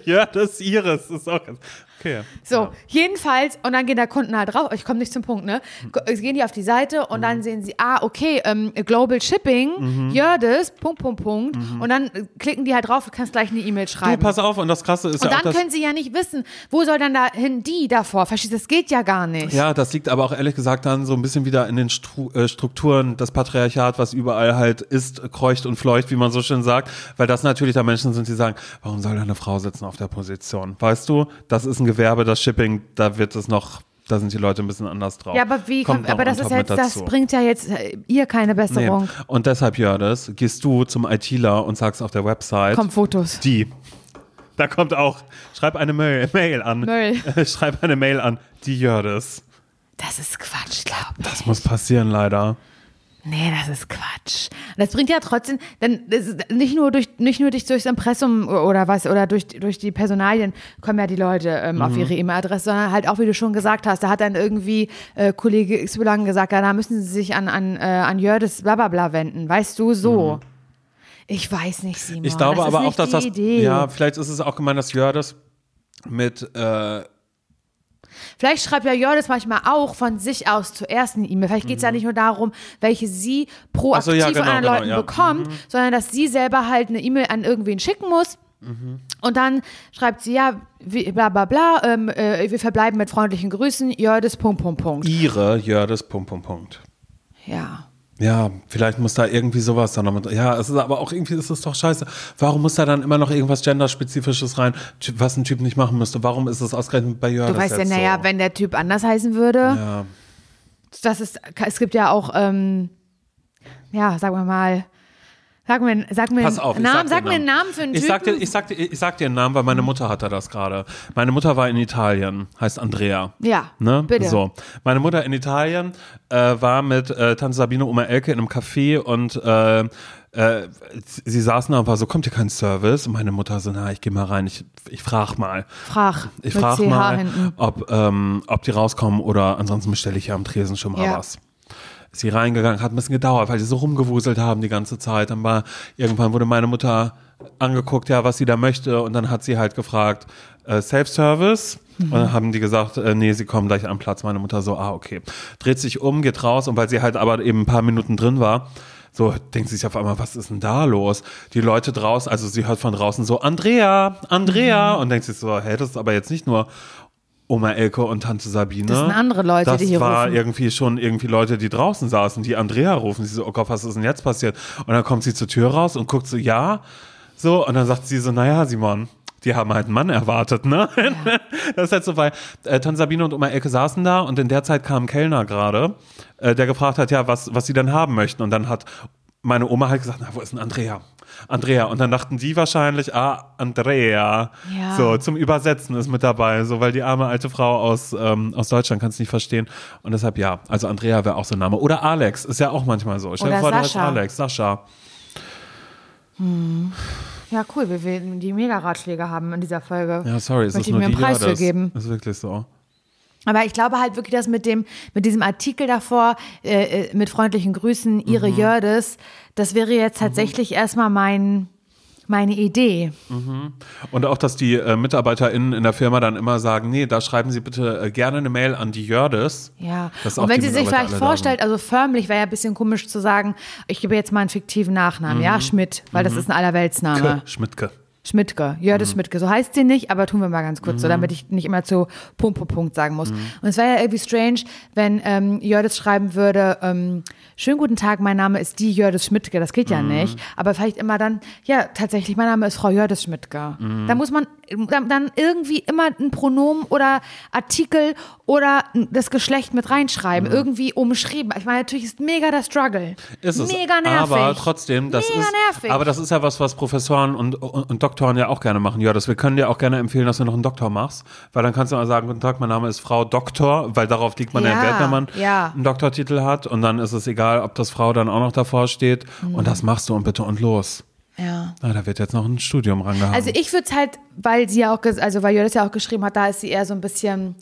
ja, das ist ihres. Ist auch ganz. Okay.
So,
Ja.
jedenfalls, und dann gehen da Kunden halt drauf, ich komme nicht zum Punkt, ne?
Mhm.
G- Gehen die auf die Seite und dann sehen sie, ah, okay, ähm, Global Shipping,
Mhm.
Jördes, Punkt, Punkt, Punkt. Und dann äh, klicken die halt drauf, du kannst gleich eine E-Mail
Du,
schreiben.
pass auf, und das Krasse ist
Und
ja auch,
dann
dass.
können sie ja nicht wissen, wo soll dann dahin die davor? Verstehst du, das geht ja gar nicht.
Ja, das liegt aber auch ehrlich gesagt dann so ein bisschen wieder in den Stru äh, Strukturen, das Patriarchat, was überall halt ist, kreucht und fleucht, wie man so schön sagt, weil das natürlich da Menschen sind, die sagen, warum soll da eine Frau sitzen auf der Position? Weißt du, das ist ein Gewerbe, das Shipping, da wird es noch, da sind die Leute ein bisschen anders drauf.
Ja, aber wie
Kommt
kommt,
noch
aber
on
das
top
ist
mit
jetzt, das
dazu.
bringt ja jetzt äh, ihr keine Besserung.
Nee. Und deshalb, Jördes, gehst du zum ITler und sagst auf der Website,
Kommt Fotos.
die. Da kommt auch, schreib eine Mail, Mail an.
Mail.
schreib eine Mail an, die Jördes.
Das ist Quatsch, glaube ich.
Das muss passieren, leider.
Nee, das ist Quatsch. Das bringt ja trotzdem, denn das ist nicht nur durch nicht nur durch, durchs Impressum oder was oder durch durch die Personalien kommen ja die Leute ähm,
Mhm.
auf ihre E-Mail-Adresse, sondern halt auch wie du schon gesagt hast, da hat dann irgendwie äh, Kollege X lang gesagt, ja, da müssen sie sich an an äh, an Jördes bla bla bla wenden, weißt du so. Ich weiß nicht, Simon.
Mhm. Ich glaube
das
aber auch,
ist nicht
dass
die
das.
Idee.
Ja, vielleicht ist es auch gemeint, dass Jördes mit äh,
Vielleicht schreibt ja Jördes manchmal auch von sich aus zuerst eine E-Mail. Vielleicht geht es ja nicht nur darum, welche sie proaktiv
Mhm. Ach so, ja, genau,
von anderen
genau,
Leuten
ja.
bekommt, sondern dass sie selber halt eine E-Mail an irgendwen schicken muss.
Mhm.
Und dann schreibt sie, ja, wie, bla bla bla, ähm, äh, wir verbleiben mit freundlichen Grüßen, Jördes, Punkt, Punkt, Punkt.
ihre Jördes Punkt, Punkt, Punkt.
Ja.
Ja, vielleicht muss da irgendwie sowas dann noch mit. Ja, es ist aber auch irgendwie ist es doch scheiße. Warum muss da dann immer noch irgendwas genderspezifisches rein, ty- was ein Typ nicht machen müsste? Warum ist es ausgerechnet bei Jördes?
Du weißt ja,
jetzt
naja,
so?
wenn der Typ anders heißen würde,
Ja.
das ist, es gibt ja auch, ähm, ja, sagen wir mal, sag mir, sag mir,
Pass auf,
einen
ich
Namen,
sag,
sag mir einen Namen für einen
ich
Typen.
Sag dir, ich, sag dir, ich sag dir einen Namen, weil meine Mutter hatte das gerade. Meine Mutter war in Italien, heißt Andrea.
Ja,
Ne?
bitte.
So. Meine Mutter in Italien äh, war mit äh, Tante Sabine Oma Elke in einem Café und äh, äh, sie saßen da und war so, kommt hier kein Service? Und meine Mutter so, na, ich gehe mal rein, ich, ich frag mal.
Frag.
Ich
mit
frage
CH
mal,
hinten.
ob, ähm, ob die rauskommen oder ansonsten bestelle ich ja am Tresen schon mal
Ja.
was. Ist sie reingegangen, hat ein bisschen gedauert, weil sie so rumgewuselt haben die ganze Zeit. Dann war irgendwann wurde meine Mutter angeguckt, ja, was sie da möchte. Und dann hat sie halt gefragt, äh, Self-Service. Und dann haben die gesagt, äh, nee, sie kommen gleich am Platz. Meine Mutter so, ah, okay. Dreht sich um, geht raus. Und weil sie halt aber eben ein paar Minuten drin war, so denkt sie sich auf einmal, was ist denn da los? Die Leute draußen, also sie hört von draußen so, Andrea,
Mhm.
Andrea. Und denkt sich so, hey, das ist aber jetzt nicht nur Oma Elke und Tante Sabine.
Das sind andere Leute,
das
die hier
war
rufen.
irgendwie schon irgendwie Leute, die draußen saßen, die Andrea rufen. Sie so, oh Gott, was ist denn jetzt passiert? Und dann kommt sie zur Tür raus und guckt so, ja. So, und dann sagt sie so, naja, Simon, die haben halt einen Mann erwartet, ne? Das ist halt so, weil äh, Tante Sabine und Oma Elke saßen da und in der Zeit kam ein Kellner gerade, äh, der gefragt hat, ja, was, was sie dann haben möchten. Und dann hat meine Oma halt gesagt, na, wo ist denn Andrea? Andrea. Und dann dachten die wahrscheinlich, ah, Andrea.
Ja.
So, zum Übersetzen ist mit dabei, so, weil die arme alte Frau aus, ähm, aus Deutschland kann es nicht verstehen. Und deshalb ja. Also Andrea wäre auch so ein Name. Oder Alex, ist ja auch manchmal so. Stell dir
Oder
vor, du heißt
Sascha.
Alex, Sascha.
Ja, cool, wir werden die Mega-Ratschläge haben in dieser Folge.
Ja, sorry, es
Möchte
ist
ich
nur
mir einen
die
Preis
Jördes.
für geben.
Ist wirklich so.
Aber ich glaube halt wirklich, dass mit dem, mit diesem Artikel davor, äh, äh, mit freundlichen Grüßen,
Mhm.
ihre Jördes, das wäre jetzt tatsächlich erstmal mein, meine Idee.
Und auch, dass die äh, MitarbeiterInnen in der Firma dann immer sagen, nee, da schreiben Sie bitte äh, gerne eine Mail an die Jördes.
Ja.
Dass auch
Und wenn
die
sie sich
Mitarbeiter
vielleicht
alle da
vorstellt, also förmlich wäre ja ein bisschen komisch zu sagen, ich gebe jetzt mal einen fiktiven Nachnamen, ja, Schmidt, weil das ist ein
sind.
Allerweltsname.
Mhm. Kö, Schmidtke.
Schmidtke,
Mhm.
Jördes Schmidtke, so heißt sie nicht, aber tun wir mal ganz kurz so, damit ich nicht immer zu Punkt, Punkt, Punkt sagen muss.
Mhm.
Und es wäre ja irgendwie strange, wenn ähm, Jördes schreiben würde, ähm, schönen guten Tag, mein Name ist die Jördes Schmidtke, das geht ja
Mhm.
nicht, aber vielleicht immer dann, ja, tatsächlich, mein Name ist Frau Jördes Schmidtke.
Mhm.
Da muss man dann, dann irgendwie immer ein Pronomen oder Artikel oder das Geschlecht mit reinschreiben,
Mhm.
irgendwie umschrieben. Ich meine, natürlich ist mega der Struggle.
Ist es.
Mega nervig.
Aber trotzdem, das
Mega
ist.
nervig.
Aber das ist ja was, was Professoren und, und, und Doktoren ja auch gerne machen. Jördes, wir können dir auch gerne empfehlen, dass du noch einen Doktor machst. Weil dann kannst du mal sagen, guten Tag, mein Name ist Frau Doktor, weil darauf liegt man ja,
Ja,
Wert, wenn man
ja.
einen Doktortitel hat. Und dann ist es egal, ob das Frau dann auch noch davor steht.
Mhm.
Und das machst du und bitte und los.
ja.
Na, da wird jetzt noch ein Studium rangehangen.
Also ich würde es halt, weil sie ja auch, ges- also weil Jörg das ja auch geschrieben hat, da ist sie eher so ein bisschen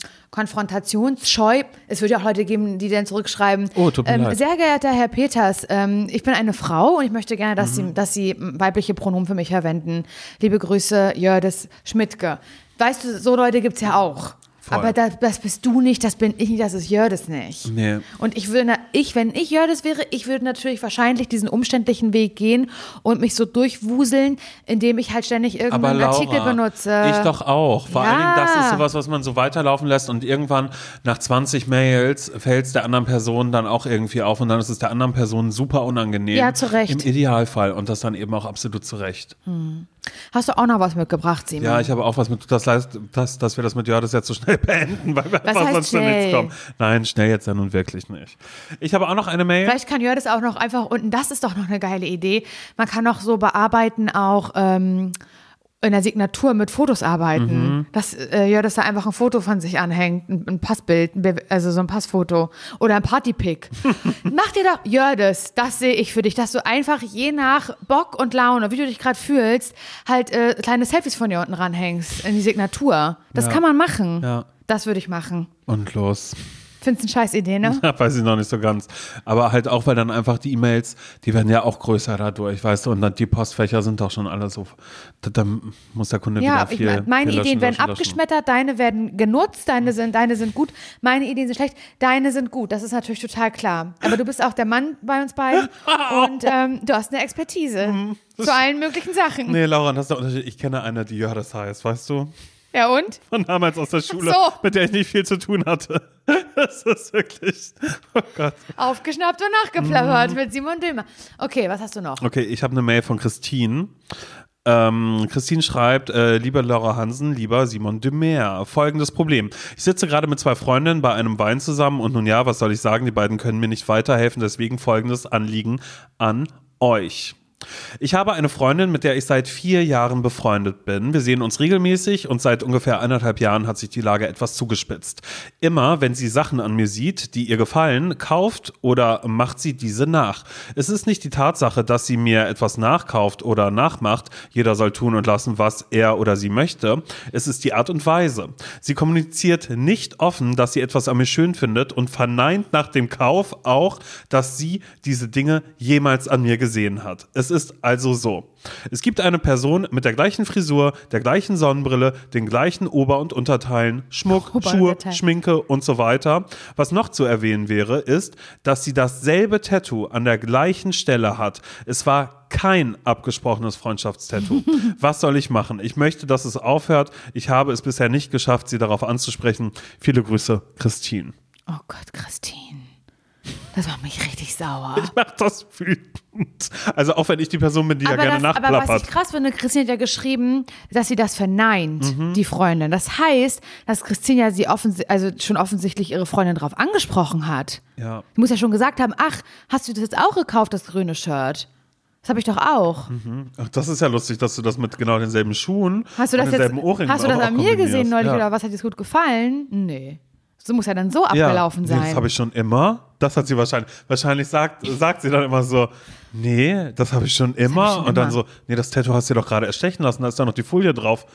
konfrontationsscheu. Es wird ja auch Leute geben, die dann zurückschreiben.
Oh, tut mir
ähm,
leid.
Sehr geehrter Herr Peters, ähm, ich bin eine Frau und ich möchte gerne, dass,
Mhm.
sie, dass Sie weibliche Pronomen für mich verwenden. Liebe Grüße, Jördes Schmidtke. Weißt du, so Leute gibt es ja auch.
Voll.
Aber das, das bist du nicht, das bin ich nicht, das ist Jördes nicht.
Nee.
Und ich würde, ich, wenn ich Jördes wäre, ich würde natürlich wahrscheinlich diesen umständlichen Weg gehen und mich so durchwuseln, indem ich halt ständig
aber
irgendeinen
Laura,
Artikel benutze.
ich doch auch. Vor allen Dingen,
Ja.
das ist sowas, was man so weiterlaufen lässt und irgendwann nach 20 Mails fällt es der anderen Person dann auch irgendwie auf und dann ist es der anderen Person super unangenehm.
Ja, zu Recht.
Im Idealfall und das dann eben auch absolut zu Recht.
Hast du auch noch was mitgebracht, Simon?
Ja, ich habe auch was mit, das heißt, dass, dass wir das mit Jördes jetzt so schnell beenden, weil wir einfach
heißt
sonst zu nichts
schnell?
kommen. Nein, schnell jetzt ja nun wirklich nicht. Ich habe auch noch eine Mail.
Vielleicht kann Jördes auch noch einfach unten, das ist doch noch eine geile Idee. Man kann auch so bearbeiten, auch ähm, in der Signatur mit Fotos arbeiten.
Mhm.
Dass äh, Jördes da einfach ein Foto von sich anhängt, ein, ein Passbild, ein Be also so ein Passfoto oder ein Partypick. Mach dir doch, Jördes, das sehe ich für dich, dass du einfach je nach Bock und Laune, wie du dich gerade fühlst, halt äh, kleine Selfies von dir unten ranhängst in die Signatur. Das
Ja.
kann man machen.
Ja.
Das würde ich machen.
Und los.
Findest du eine scheiß Idee, ne?
Ja, weiß ich noch nicht so ganz. Aber halt auch, weil dann einfach die E-Mails, die werden ja auch größer dadurch, weißt du, und dann die Postfächer sind doch schon alle so. Da, dann muss der Kunde
Ja,
wieder
ich
viel.
mein, meine
viel löschen,
Ideen werden
löschen, löschen.
abgeschmettert, deine werden genutzt, deine
Hm.
sind, deine sind gut, meine Ideen sind schlecht, deine sind gut. Das ist natürlich total klar. Aber du bist auch der Mann bei uns beiden und ähm, du hast eine Expertise zu allen möglichen Sachen.
Hm. Nee, Laura, das ist der Unterschied. Ich kenne eine, die Johannes heißt, weißt du?
Ja und?
Von damals aus der Schule,
so.
mit der ich nicht viel zu tun hatte. Das ist wirklich. Oh Gott.
Aufgeschnappt und nachgeplappert
Hm.
mit Simon Dömer. Okay, was hast du noch?
Okay, ich habe eine Mail von Christine. Ähm, Christine schreibt, äh, lieber Laura Hansen, lieber Simon de Meer, folgendes Problem. Ich sitze gerade mit zwei Freundinnen bei einem Wein zusammen und nun ja, was soll ich sagen, die beiden können mir nicht weiterhelfen, deswegen folgendes Anliegen an euch. Ich habe eine Freundin, mit der ich seit vier Jahren befreundet bin. Wir sehen uns regelmäßig und seit ungefähr anderthalb Jahren hat sich die Lage etwas zugespitzt. Immer, wenn sie Sachen an mir sieht, die ihr gefallen, kauft oder macht sie diese nach. Es ist nicht die Tatsache, dass sie mir etwas nachkauft oder nachmacht. Jeder soll tun und lassen, was er oder sie möchte. Es ist die Art und Weise. Sie kommuniziert nicht offen, dass sie etwas an mir schön findet und verneint nach dem Kauf auch, dass sie diese Dinge jemals an mir gesehen hat. Es ist also so. Es gibt eine Person mit der gleichen Frisur, der gleichen Sonnenbrille, den gleichen Ober- und Unterteilen, Schmuck,
Ober- und
Schuhe,
Unterteilen.
Schminke und so weiter. Was noch zu erwähnen wäre, ist, dass sie dasselbe Tattoo an der gleichen Stelle hat. Es war kein abgesprochenes Freundschaftstattoo. Was soll ich machen? Ich möchte, dass es aufhört. Ich habe es bisher nicht geschafft, sie darauf anzusprechen. Viele Grüße, Christine.
Oh Gott, Christine. Das macht mich richtig sauer.
Ich mach das wütend. Also auch wenn ich die Person bin, die ja gerne
das, aber was
nachplappert.
ich krass finde, Christine hat ja geschrieben, dass sie das verneint,
Mhm.
die Freundin. Das heißt, dass Christine ja sie offens also schon offensichtlich ihre Freundin drauf angesprochen hat.
Ja.
Sie muss ja schon gesagt haben, ach, hast du das jetzt auch gekauft, das grüne Shirt? Das habe ich doch auch.
Mhm. Ach, das ist ja lustig, dass du das mit genau denselben Schuhen
Hast du das
und
jetzt
denselben Ohrringen
hast du das
auch
an mir gesehen
kombinierst.
neulich
ja.
oder was hat dir das gut gefallen? Nee. So muss ja dann so abgelaufen
Nee,
sein.
Das habe ich schon immer. Das hat sie wahrscheinlich. Wahrscheinlich sagt, sagt sie dann immer so, nee, das habe ich schon immer.
schon
und dann
immer.
so, nee, das Tattoo hast du dir doch gerade erstechen lassen, da ist da noch die Folie drauf.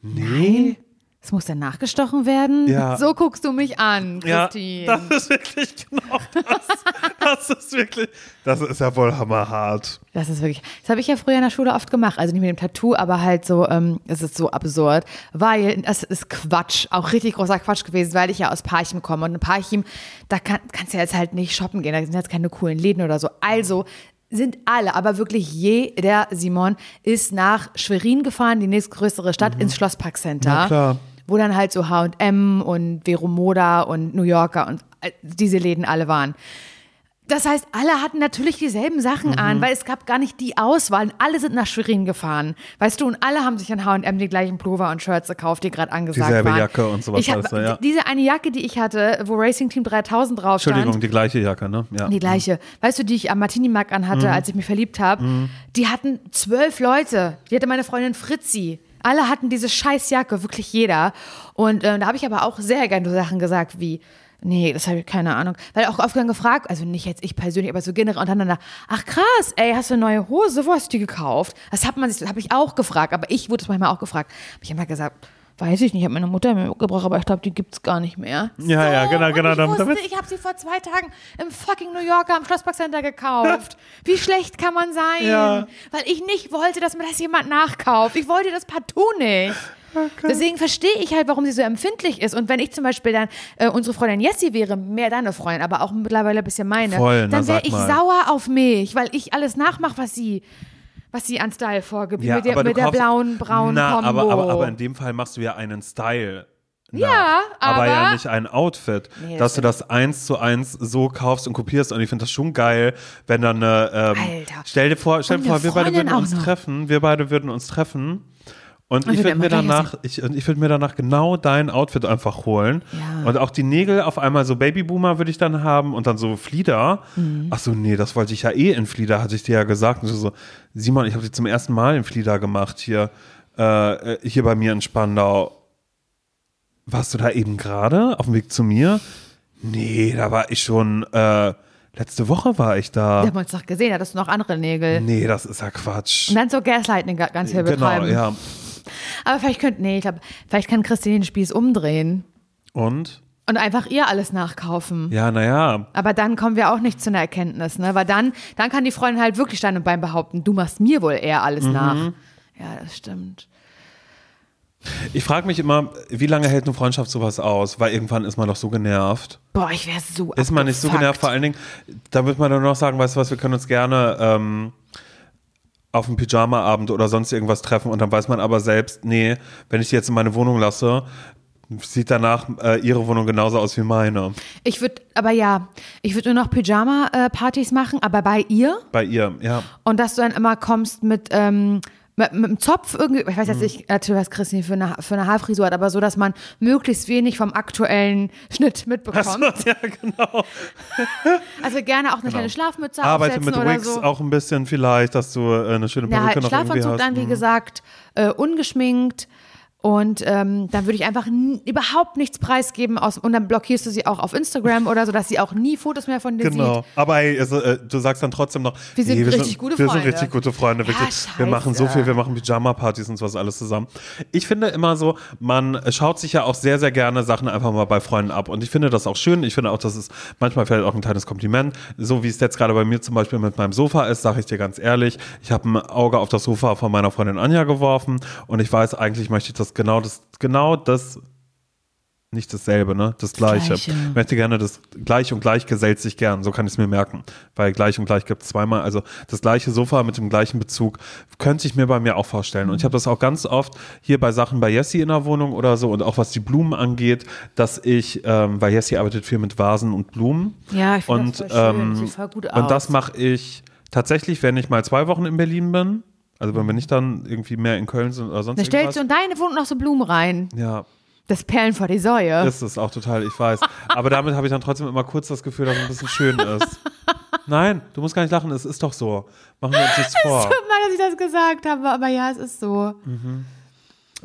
Nee.
Es muss dann nachgestochen werden.
Ja.
So guckst du mich an,
Ja,
Christine.
das ist wirklich genau das. das ist wirklich, das ist ja wohl hammerhart.
Das ist wirklich, das habe ich ja früher in der Schule oft gemacht. Also nicht mit dem Tattoo, aber halt so, ähm, es ist so absurd, weil das ist Quatsch, auch richtig großer Quatsch gewesen, weil ich ja aus Parchim komme. Und in Parchim, da kann, kannst du ja jetzt halt nicht shoppen gehen, da sind jetzt keine coolen Läden oder so. Also sind alle, aber wirklich jeder Simon ist nach Schwerin gefahren, die nächstgrößere Stadt, ins Schlosspark Center.
Mhm. Na klar.
Wo dann halt so H&M und Vero Moda und New Yorker und äh, diese Läden alle waren. Das heißt, alle hatten natürlich dieselben Sachen
Mhm.
an, weil es gab gar nicht die Auswahl. Und alle sind nach Schwerin gefahren, weißt du, und alle haben sich an H&M die gleichen Pullover und Shirts gekauft, die gerade angesagt
Dieselbe
waren.
Jacke und sowas
Ich hab,
alles, ja.
Diese eine Jacke, die ich hatte, wo Racing Team 3000 drauf
Entschuldigung,
stand,
die gleiche Jacke, ne? Ja. Mhm.
die gleiche, weißt du, die ich am Martini-Markt anhatte, als ich mich verliebt habe, die hatten zwölf Leute. Die hatte meine Freundin Fritzi. Alle hatten diese Scheißjacke, wirklich jeder. Und ähm, da habe ich aber auch sehr gerne so Sachen gesagt wie, nee, das habe ich keine Ahnung. Weil auch oft dann gefragt, also nicht jetzt ich persönlich, aber so generell untereinander, ach krass, ey, hast du eine neue Hose? Wo hast du die gekauft? Das hat man sich, das habe ich auch gefragt, aber ich wurde das manchmal auch gefragt. Hab ich immer gesagt, weiß ich nicht, hat meine Mutter mir mitgebracht, aber ich glaube, die gibt's gar nicht mehr.
Ja, ja, genau,
und
genau,
Ich,
damit-
wusste,
damit-
ich habe sie vor zwei Tagen im fucking New Yorker am Schlosspark Center gekauft. Wie schlecht kann man sein?
Ja.
Weil ich nicht wollte, dass mir das jemand nachkauft. Ich wollte das partout nicht. Deswegen verstehe ich halt, warum sie so empfindlich ist. Und wenn ich zum Beispiel dann äh, unsere Freundin Jessie wäre, mehr deine Freundin, aber auch mittlerweile ein bisschen meine,
Voll, na,
dann wäre
sag
ich
mal.
sauer auf mich, weil ich alles nachmache, was sie, was sie an Style vorgibt, mit der,
aber du
mit der
kaufst-
blauen, braunen
Na,
Kombo.
aber, aber, aber in dem Fall machst du ja einen Style. nach.
Ja, aber-
ja nicht ein Outfit,
Nee, das
dass du
stimmt.
das eins zu eins so kaufst und kopierst. Und ich finde das schon geil, wenn dann eine. Ähm,
Alter.
stell dir vor, stell
Und
dir vor,
eine
wir beide
Freundin
würden
auch
uns
noch.
treffen. Wir beide würden uns treffen. Und, ich würde
wir wären
mir
immer gleich
danach, ich, und ich würde mir danach genau dein Outfit einfach holen.
Ja.
Und auch die Nägel auf einmal so Babyboomer würde ich dann haben und dann so Flieder. Ach so, nee, das wollte ich ja eh in Flieder, hatte ich dir ja gesagt. Und so, so Simon, ich habe dich zum ersten Mal in Flieder gemacht hier, äh, äh, hier bei mir in Spandau. Warst du da eben gerade auf dem Weg zu mir? Nee, da war ich schon, äh, letzte Woche war ich da.
Wir haben uns doch gesehen, da hattest du noch andere Nägel.
Nee, das ist ja Quatsch.
Und dann so Gaslighting ga- ganz viel
genau,
betreiben.
ja.
Aber vielleicht könnte, nee, ich glaube, vielleicht kann Christine den Spieß umdrehen.
Und?
Und einfach ihr alles nachkaufen.
Ja, naja.
Aber dann kommen wir auch nicht zu einer Erkenntnis, ne? Weil dann, dann kann die Freundin halt wirklich Stein und Bein behaupten, du machst mir wohl eher alles
Mhm.
nach. Ja, das stimmt.
Ich frage mich immer, wie lange hält eine Freundschaft sowas aus? Weil irgendwann ist man doch so genervt.
Boah, ich wäre so
Ist man nicht so
abgefuckt.
genervt, vor allen Dingen, da wird man dann noch sagen, weißt du was, wir können uns gerne ähm, auf einen Pyjama-Abend oder sonst irgendwas treffen und dann weiß man aber selbst, nee, wenn ich die jetzt in meine Wohnung lasse, sieht danach äh, ihre Wohnung genauso aus wie meine.
Ich würde, aber ja, ich würde nur noch Pyjama-Partys machen, aber bei ihr.
Bei ihr, ja.
Und dass du dann immer kommst mit, ähm, mit, mit dem Zopf irgendwie, ich weiß
Mhm.
jetzt nicht, natürlich was Christine für eine, für eine Haarfrisur hat, aber so, dass man möglichst wenig vom aktuellen Schnitt mitbekommt.
ja, genau.
Also gerne auch eine kleine Schlafmütze
Arbeite mit
aufsetzen oder
Wigs
so.
auch ein bisschen vielleicht, dass du äh, eine schöne
Ja,
Perücke
halt
noch irgendwie
Schlafanzug
hast.
dann, wie gesagt, äh, ungeschminkt. Und ähm, dann würde ich einfach n- überhaupt nichts preisgeben aus, und dann blockierst du sie auch auf Instagram oder so, dass sie auch nie Fotos mehr von dir
Genau.
sieht.
Aber hey, also, äh, du sagst dann trotzdem noch,
Wir sind
nee,
richtig gute
wir
Freunde.
sind richtig gute Freunde,
Ja,
wirklich. wir
scheiße.
machen so viel, wir machen Pyjama-Partys und sowas alles zusammen. Ich finde immer so, man schaut sich ja auch sehr, sehr gerne Sachen einfach mal bei Freunden ab. Und ich finde das auch schön. Ich finde auch, das ist manchmal vielleicht auch ein kleines Kompliment. So wie es jetzt gerade bei mir zum Beispiel mit meinem Sofa ist, sage ich dir ganz ehrlich, ich habe ein Auge auf das Sofa von meiner Freundin Anja geworfen und ich weiß, eigentlich möchte ich das genau das, genau das nicht dasselbe, ne? Das Gleiche.
Gleiche.
Ich möchte gerne das Gleich und Gleich gesellt sich gern, so kann ich es mir merken. Weil Gleich und Gleich gibt es zweimal, also das gleiche Sofa mit dem gleichen Bezug, könnte ich mir bei mir auch vorstellen. Und ich habe das auch ganz oft hier bei Sachen bei Jessie in der Wohnung oder so und auch was die Blumen angeht, dass ich, ähm, weil Jessie arbeitet viel mit Vasen und Blumen.
Ja, ich finde
Und,
das voll schön.
ähm,
Sieht voll gut aus.
Und das mache ich tatsächlich, wenn ich mal zwei Wochen in Berlin bin. Also wenn wir nicht dann irgendwie mehr in Köln sind oder sonst
Dann stellst du
irgendwas.
in deine Wohnung noch so Blumen rein.
Ja,
Das Perlen vor die Säue.
ist es auch total, ich weiß. Aber damit habe ich dann trotzdem immer kurz das Gefühl, dass es ein bisschen schön ist. Nein, du musst gar nicht lachen, es ist doch so. Machen wir uns nichts vor.
Tut mir, dass ich das gesagt habe, aber ja, es ist so.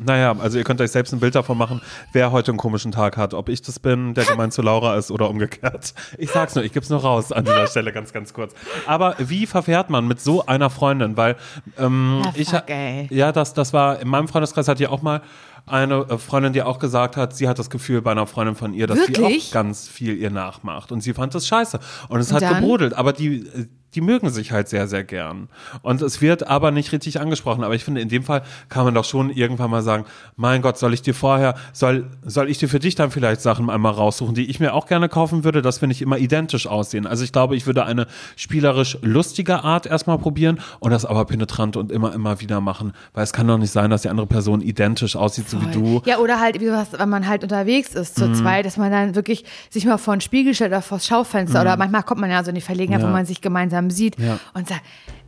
Naja, also ihr könnt euch selbst ein Bild davon machen, wer heute einen komischen Tag hat. Ob ich das bin, der gemein zu Laura ist oder umgekehrt. Ich sag's nur, ich geb's nur raus an dieser Stelle ganz, ganz kurz. Aber wie verfährt man mit so einer Freundin? Weil ähm,
Ja,
ich,
fuck, ey.
ja, das, das war, in meinem Freundeskreis hat ja auch mal eine äh, Freundin, die auch gesagt hat, sie hat das Gefühl bei einer Freundin von ihr, dass sie
Wirklich?
auch ganz viel ihr nachmacht. Und sie fand das scheiße. Und es hat
dann?
gebrodelt, aber die, äh, die mögen sich halt sehr, sehr gern. Und es wird aber nicht richtig angesprochen. Aber ich finde, in dem Fall kann man doch schon irgendwann mal sagen, mein Gott, soll ich dir vorher, soll, soll ich dir für dich dann vielleicht Sachen einmal raussuchen, die ich mir auch gerne kaufen würde, dass wir nicht immer identisch aussehen. Also ich glaube, ich würde eine spielerisch lustige Art erstmal probieren und das aber penetrant und immer, immer wieder machen. Weil es kann doch nicht sein, dass die andere Person identisch aussieht, so wie du. Mhm.
Ja, oder halt, wie du hast, wenn man halt unterwegs ist zu zweit, dass man dann wirklich sich mal vor den Spiegel stellt oder vor das Schaufenster oder manchmal kommt man ja so in die Verlegenheit,
Mhm. Ja.
wo man sich gemeinsam sieht
Ja. Mhm.
und sagt,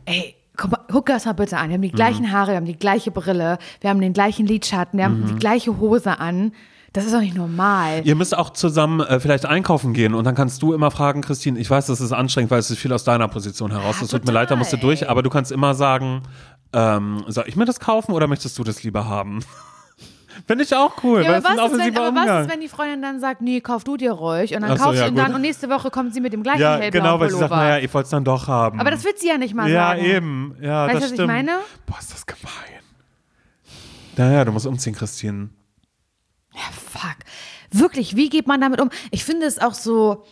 ey, guck, mal, guck das mal bitte an, wir haben die gleichen Haare, wir haben die gleiche Brille, wir haben den gleichen Lidschatten, wir
Mhm.
haben die gleiche Hose an. Das ist doch nicht normal.
Ihr müsst auch zusammen äh, vielleicht einkaufen gehen und dann kannst du immer fragen, Christine, ich weiß, das ist anstrengend, weil es ist viel aus deiner Position heraus.
Ja,
Es tut mir leid, da musst du
total.
durch, aber du kannst immer sagen, ähm, soll ich mir das kaufen oder möchtest du das lieber haben? Finde ich auch cool,
Ja,
weil es ist ein
aber was, ist, wenn,
offensiver
aber was
Umgang.
ist, wenn die Freundin dann sagt, nee, kauf du dir ruhig und dann
Ach so,
kaufst
ja,
du und dann
gut.
und nächste Woche kommt sie mit dem gleichen
ja,
hellblauen
genau, weil sie
Pullover.
sagt, naja, ich wollte es dann doch haben.
aber das wird sie ja nicht mal
ja,
sagen.
eben. Ja,
Weißt du,
das
was ich
stimmt.
meine?
Boah, ist das gemein. Naja, du musst umziehen, Christine.
Fuck. Wirklich, wie geht man damit um? Ich finde es auch so,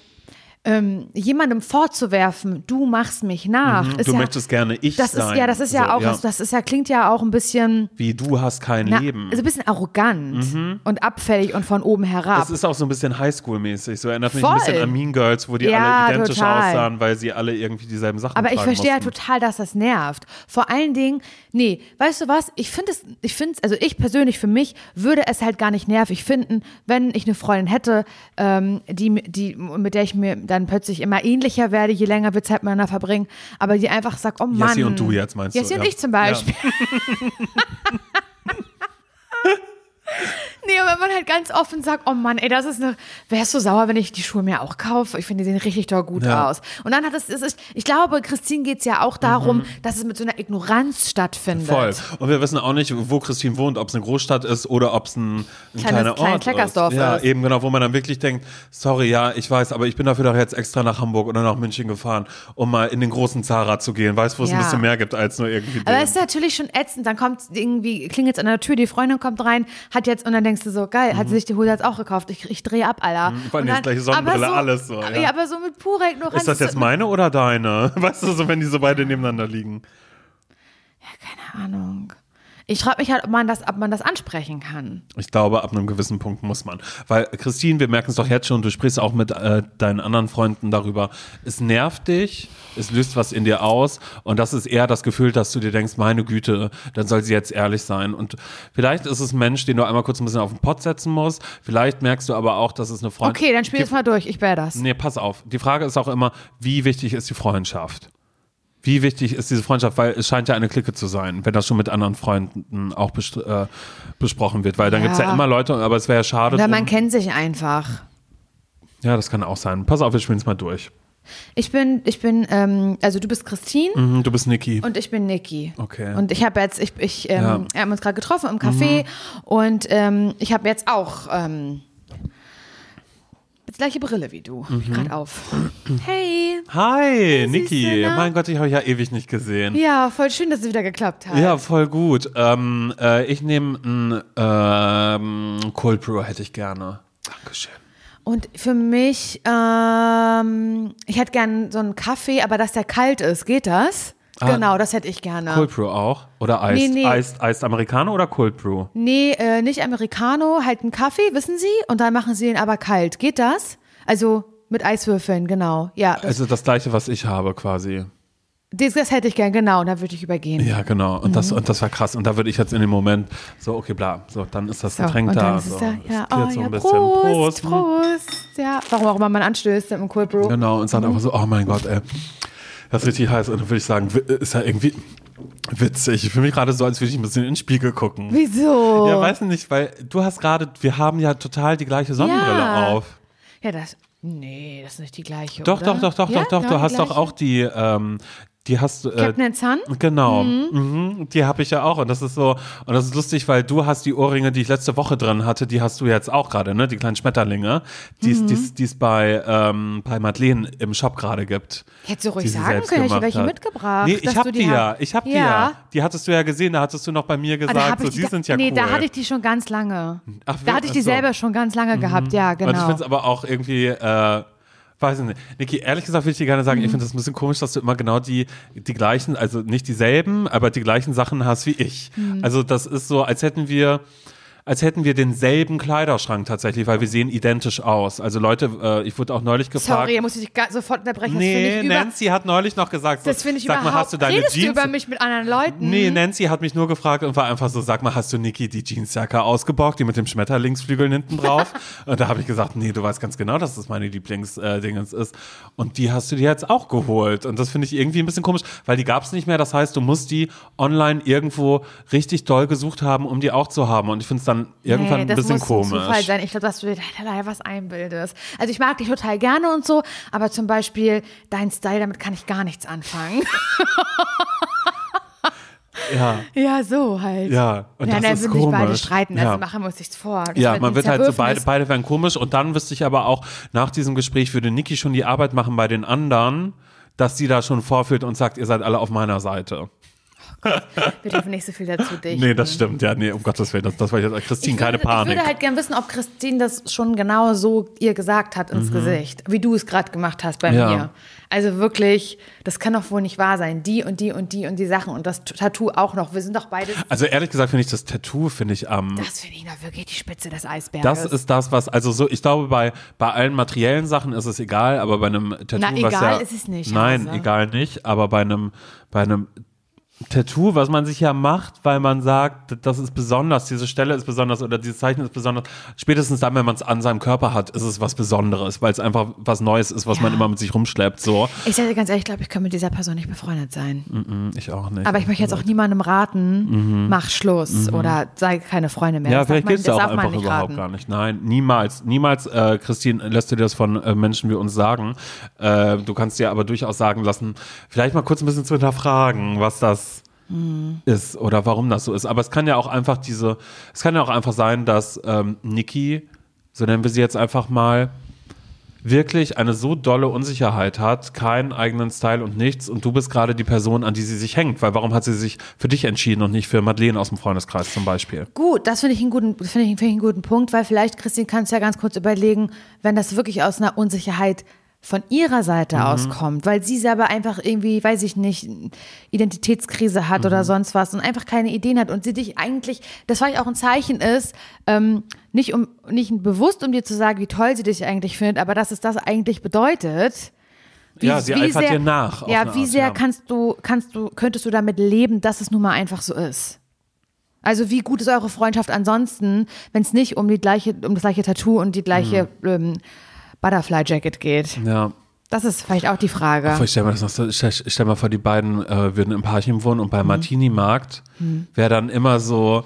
ähm, jemandem vorzuwerfen, du machst mich nach. ist
Mhm. du
ja,
möchtest gerne ich
das
sein.
ist ja, das ist ja
So,
auch, Das, das ist ja, klingt ja auch ein bisschen,
Wie du hast kein
na,
Leben.
also ein bisschen arrogant und abfällig und von oben herab.
Das ist auch so ein bisschen Highschool-mäßig. So erinnert mich
Voll.
ein bisschen an Mean Girls, wo die
Ja,
alle identisch
total.
aussahen, weil sie alle irgendwie dieselben Sachen
Aber ich
tragen
verstehe ja
mussten.
total, dass das nervt. Vor allen Dingen, nee, weißt du was? Ich finde es, ich finde es, also ich persönlich für mich würde es halt gar nicht nervig finden, wenn ich eine Freundin hätte, ähm, die, die, mit der ich mir dann plötzlich immer ähnlicher werde, je länger wir Zeit miteinander verbringen, aber die einfach sagt, oh Mann.
Jessie und du jetzt meinst du,
Jessie und
ja.
ich zum Beispiel. Nee, aber wenn man halt ganz offen sagt, oh Mann, ey, das ist eine. Wärst du sauer, wenn ich die Schuhe mir auch kaufe? Ich finde, die sehen richtig doll gut
Ja.
aus. Und dann hat es, es ist, ich glaube, Christine geht es ja auch darum, dass es mit so einer Ignoranz stattfindet.
Mhm. Voll. Und wir wissen auch nicht, wo Christine wohnt, ob es eine Großstadt ist oder ob es ein, ein
Kleines-
kleiner
kleines
Ort
Kleckersdorf
ist. Ja,
ist.
eben genau, wo man dann wirklich denkt, sorry, ja, ich weiß, aber ich bin dafür doch jetzt extra nach Hamburg oder nach München gefahren, um mal in den großen Zara zu gehen. Weißt, wo es
Ja.
ein bisschen mehr gibt als nur irgendwie
Aber
den.
es ist natürlich schon ätzend. Dann kommt irgendwie, klingelt es an der Tür, die Freundin kommt rein, hat jetzt, und dann denkst denkst du so, geil, hat sie sich die Hose jetzt auch gekauft. Ich, ich drehe ab, Alter. Mhm,
Mhm. vor allem jetzt gleich Sonnenbrille, alles so,
Ja.
ja.
aber so mit purer Ignoranz.
Ist das jetzt meine oder deine? Weißt du, so wenn die so beide nebeneinander liegen.
Keine Ahnung. Ich frage mich halt, ob man, das, ob man das ansprechen kann.
Ich glaube, ab einem gewissen Punkt muss man. Weil, Christine, wir merken es doch jetzt schon, du sprichst auch mit äh, deinen anderen Freunden darüber. Es nervt dich, es löst was in dir aus. Und das ist eher das Gefühl, dass du dir denkst, meine Güte, dann soll sie jetzt ehrlich sein. Und vielleicht ist es ein Mensch, den du einmal kurz ein bisschen auf den Pott setzen musst. Vielleicht merkst du aber auch, dass es eine Freundin
Okay, dann spiel
Die-
es mal durch. Ich wäre das.
Nee, pass auf. Die Frage ist auch immer, wie wichtig ist die Freundschaft? Wie wichtig ist diese Freundschaft? Weil es scheint ja eine Clique zu sein, wenn das schon mit anderen Freunden auch best äh, besprochen wird. Weil dann
Ja.
gibt's ja immer Leute, aber es wäre ja schade.
Oder
drum.
man kennt sich einfach.
Ja, das kann auch sein. Pass auf, wir spielen es mal durch.
Ich bin, ich bin, ähm, also du bist Christine
Mhm, du bist Niki.
und ich bin Niki.
Okay.
Und ich habe jetzt, ich, ich, ähm, wir haben uns gerade getroffen im Café
Mhm.
und ähm, ich habe jetzt auch ähm, die gleiche Brille wie
Mhm.
du. Hab ich Gerade auf. Hey.
Hi,
Süße,
Niki.
na?
Mein Gott, ich habe ja ewig nicht gesehen.
Ja, voll schön, dass es wieder geklappt hat.
Ja, voll gut. Ähm, äh, ich nehme ein ähm, Cold Brew hätte ich gerne. Dankeschön.
Und für mich, ähm, ich hätte gern so einen Kaffee, aber dass der kalt ist, geht das?
Ah.
Genau, das hätte ich gerne.
Cold Brew auch? Oder Eis?
Nee, nee.
Eis, Eis Americano oder Cold Brew?
Nee, äh, nicht Americano, halt einen Kaffee, wissen Sie? Und dann machen Sie ihn aber kalt. Geht das? Also mit Eiswürfeln, genau. Ja, das,
Also das gleiche, was ich habe quasi.
das, das hätte ich gern, genau. Und dann würde ich übergehen.
Ja, genau. Und,
Mhm.
das, und das war krass. Und da würde ich jetzt in dem Moment so, okay, bla, so, dann ist das
So,
Getränk
und dann
da.
ist es
so.
da. Ja,
Es
oh,
klirrt so
ja,
ein bisschen.
Prost, Prost,
Hm.
Ja, warum auch immer man anstößt im Cold Brew.
Genau, und sagt einfach so, oh mein Gott, ey, das ist richtig heiß. Und dann würde ich sagen, wi- ist ja irgendwie witzig. Ich fühle mich gerade so, als würde ich ein bisschen in den Spiegel gucken.
Wieso?
Ja, weiß nicht, weil du hast gerade, wir haben ja total die gleiche Sonnenbrille
Ja.
auf.
Ja, das. Nee, das ist nicht die gleiche.
Doch,
oder?
doch, doch, doch,
ja?
doch, doch.
die
Du hast doch
gleiche?
auch die, ähm, die hast du. Äh,
Captain and Sun?
Genau, mhm. die habe ich ja auch und das ist so und das ist lustig, weil du hast die Ohrringe, die ich letzte Woche drin hatte, die hast du jetzt auch gerade, ne? Die kleinen Schmetterlinge, die
Mhm.
es- die es- die es bei ähm, bei Madeleine im Shop gerade gibt.
Hättest du ruhig
die sie
sagen
selbst
können, ich hätte
gemacht
welche
hat.
mitgebracht.
Nee, ich
dass
habe
du
die, ja,
hast.
ich habe die ja. Die hattest du ja gesehen, da hattest du noch bei mir
Ah,
gesagt,
da hab
so
ich
die
ga-
sind ja
nee,
cool.
da hatte ich die schon ganz lange.
Ach,
da hatte ich die
ach so.
selber schon ganz lange gehabt, ja,
Und ich
genau.
finde es aber auch irgendwie, äh, weiß ich nicht. Niki, ehrlich gesagt würde ich dir gerne sagen,
Mhm.
ich finde das ein bisschen komisch, dass du immer genau die, die gleichen, also nicht dieselben, aber die gleichen Sachen hast wie ich.
Mhm.
Also das ist so, als hätten wir. Als hätten wir denselben Kleiderschrank tatsächlich, weil wir sehen identisch aus. Also Leute, äh, ich wurde auch neulich gefragt.
Sorry, da muss ich dich ga- sofort unterbrechen.
nee,
das finde ich, über,
Nancy hat neulich noch gesagt, so,
das finde ich
sag
überhaupt.
mal, hast du deine
redest
Jeans?
du über mich mit anderen Leuten?
Nee, Nancy hat mich nur gefragt und war einfach so, sag mal, hast du Niki die Jeansjacke ausgeborgt, die mit dem Schmetterlingsflügeln hinten drauf? und da habe ich gesagt, nee, du weißt ganz genau, dass das meine Lieblingsdingens ist. Und die hast du dir jetzt auch geholt. Und das finde ich irgendwie ein bisschen komisch, weil die gab es nicht mehr. Das heißt, du musst die online irgendwo richtig doll gesucht haben, um die auch zu haben. Und ich finde es dann irgendwann ein
das
bisschen
muss
komisch.
Ein Zufall sein. Ich glaube, dass du dir da leider was einbildest. Also ich mag dich total gerne und so, aber zum Beispiel dein Style, damit kann ich gar nichts anfangen.
Ja,
ja, so halt.
ja. Und
ja,
das
dann
ist
würden
komisch.
sich beide streiten, also
Ja.
machen wir uns nichts vor. Das
Ja,
wird
man
ein
wird halt so beide,
Zerwürfnis.
beide werden komisch und dann wüsste ich aber auch, nach diesem Gespräch würde Niki schon die Arbeit machen bei den anderen, dass sie da schon vorführt und sagt, ihr seid alle auf meiner Seite.
Wir dürfen nicht so viel dazu dichten.
Nee, das stimmt, ja, nee, um Gottes Willen, das, das war jetzt Christine,
Ich
keine
würde-
Panik.
Ich würde halt gerne wissen, ob Christine das schon genau so ihr gesagt hat ins Gesicht, wie du es gerade gemacht hast bei
Mhm. Ja.
mir. Also wirklich, das kann doch wohl nicht wahr sein. Die und die und die und die Sachen und das Tattoo auch noch. Wir sind doch beide.
also ehrlich gesagt finde ich das Tattoo, finde ich am,
Das finde ich noch wirklich die Spitze des Eisberges.
Das ist das, was, also so, ich glaube, bei, bei allen materiellen Sachen ist es egal, aber bei einem Tattoo,
Na,
was
egal
ja,
ist es nicht,
Nein,
also.
egal nicht, aber bei einem, bei einem Tattoo, was man sich ja macht, weil man sagt, das ist besonders, diese Stelle ist besonders oder dieses Zeichen ist besonders. Spätestens dann, wenn man es an seinem Körper hat, ist es was Besonderes, weil es einfach was Neues ist, was
Ja.
man immer mit sich rumschleppt, so.
ich sage dir ganz ehrlich, ich glaube, ich kann mit dieser Person nicht befreundet sein.
Hm, Ich auch nicht.
Mhm. Aber ich möchte jetzt auch niemandem raten, mach Schluss oder sei keine Freunde mehr.
Mhm. Ja,
Das darf
vielleicht
man-
geht es ja
das
auch
darf man
einfach
nicht
überhaupt
raten.
gar nicht. Nein, niemals. Niemals, äh, Christine, lässt du dir das von äh, Menschen wie uns sagen. Äh, du kannst dir aber durchaus sagen lassen, vielleicht mal kurz ein bisschen zu hinterfragen, was das
Hm.
ist oder warum das so ist. Aber es kann ja auch einfach diese, es kann ja auch einfach sein, dass ähm, Niki, so nennen wir sie jetzt einfach mal, wirklich eine so dolle Unsicherheit hat, keinen eigenen Style und nichts und du bist gerade die Person, an die sie sich hängt, weil warum hat sie sich für dich entschieden und nicht für Madeleine aus dem Freundeskreis zum Beispiel?
Gut, das finde ich, einen guten- finde ich, finde ich einen guten Punkt, weil vielleicht, Christine, kannst du ja ganz kurz überlegen, wenn das wirklich aus einer Unsicherheit von ihrer Seite auskommt, weil sie selber einfach irgendwie, weiß ich nicht, Identitätskrise hat oder sonst was und einfach keine Ideen hat und sie dich eigentlich, das war ich auch ein Zeichen ist, ähm, nicht um nicht bewusst, um dir zu sagen, wie toll sie dich eigentlich findet, aber dass es das eigentlich bedeutet. Wie,
Ja, sie eifert dir nach, auf eine
Ja, wie
Art,
sehr
ja.
kannst du, kannst du, könntest du damit leben, dass es nun mal einfach so ist? Also wie gut ist eure Freundschaft ansonsten, wenn es nicht um die gleiche, um das gleiche Tattoo und die gleiche
Mhm.
ähm, Butterfly Jacket geht?
Ja.
Das ist vielleicht auch die Frage.
Ich stell mir das noch so, ich stell, ich stell mir vor, die beiden äh, würden im Parchim wohnen
Mhm.
und beim Martini-Markt wäre dann immer so,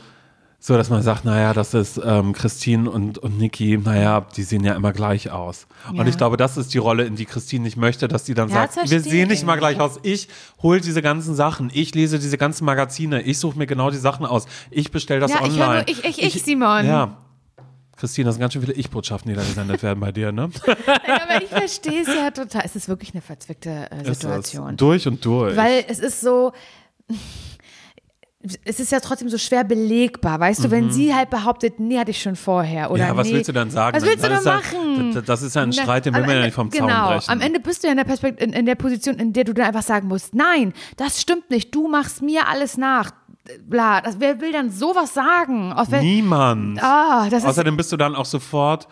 so, dass man sagt, naja, das ist ähm, Christine und, und Niki, naja, die sehen ja immer gleich aus.
Ja.
Und ich glaube, das ist die Rolle, in die Christine nicht möchte, dass die dann
Ja, das
sagt, wir
verstehe
sehen nicht
ich.
mal gleich aus. Ich hole diese ganzen Sachen, ich lese diese ganzen Magazine, ich suche mir genau die Sachen aus, ich bestelle das
Ja, ich höre
online.
nur ich, ich, ich, Simon.
Ja. Christine, das sind ganz schön viele Ich-Botschaften, die da gesendet werden bei dir, ne?
Aber ich verstehe es ja total. Es ist wirklich eine verzwickte äh,
Ist das
Situation.
Durch und durch.
Weil es ist so. Es ist ja trotzdem so schwer belegbar, weißt du, wenn sie halt behauptet, nee, hatte ich schon vorher. Oder
Mhm. Ja, was
nee.
willst du dann sagen?
Was willst du
Das
dann
ist
machen?
Ja, das- das ist ja ein
Na,
Streit, den will
am
man ja
Ende-
nicht vom Zaun
genau,
brechen.
Am Ende bist du ja in der, Perspekt in, in der Position, in der du dann einfach sagen musst, nein, das stimmt nicht, du machst mir alles nach. Bla, das, wer will dann sowas sagen? Auf wel-
Niemand.
Ah, das ist,
Außerdem bist du dann auch sofort,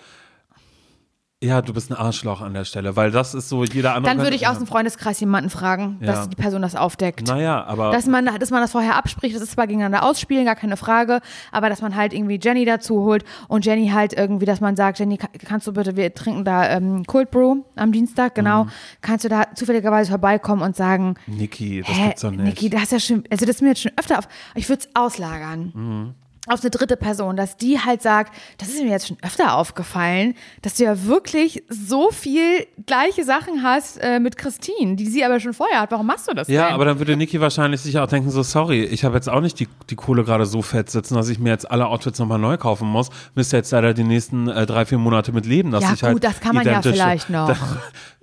ja, du bist ein Arschloch an der Stelle, weil das ist so jeder andere.
dann würde ich aus dem Freundeskreis jemanden fragen,
Ja.
dass die Person das aufdeckt.
Naja, aber
Dass man, dass man das vorher abspricht, das ist zwar gegeneinander ausspielen, gar keine Frage, aber dass man halt irgendwie Jenny dazu holt und Jenny halt irgendwie, dass man sagt, Jenny, ka- kannst du bitte, wir trinken da ähm, Cold Brew am Dienstag,
Mhm.
genau, kannst du da zufälligerweise vorbeikommen und sagen,
Niki, das
hä,
gibt's doch nicht.
Äh, Niki, das ist ja schon, also das ist mir jetzt schon öfter auf, ich würde es auslagern.
Mhm.
Auf eine dritte Person, dass die halt sagt, das ist mir jetzt schon öfter aufgefallen, dass du ja wirklich so viel gleiche Sachen hast äh, mit Christine, die sie aber schon vorher hat. Warum machst du das
ja,
denn?
aber dann würde Niki wahrscheinlich sich auch denken, so sorry, ich habe jetzt auch nicht die, die Kohle gerade so fett sitzen, dass ich mir jetzt alle Outfits nochmal neu kaufen muss. Müsste jetzt leider die nächsten äh, drei, vier Monate mit leben, dass
Ja,
ich halt
gut, das kann man ja
identisch-
vielleicht noch.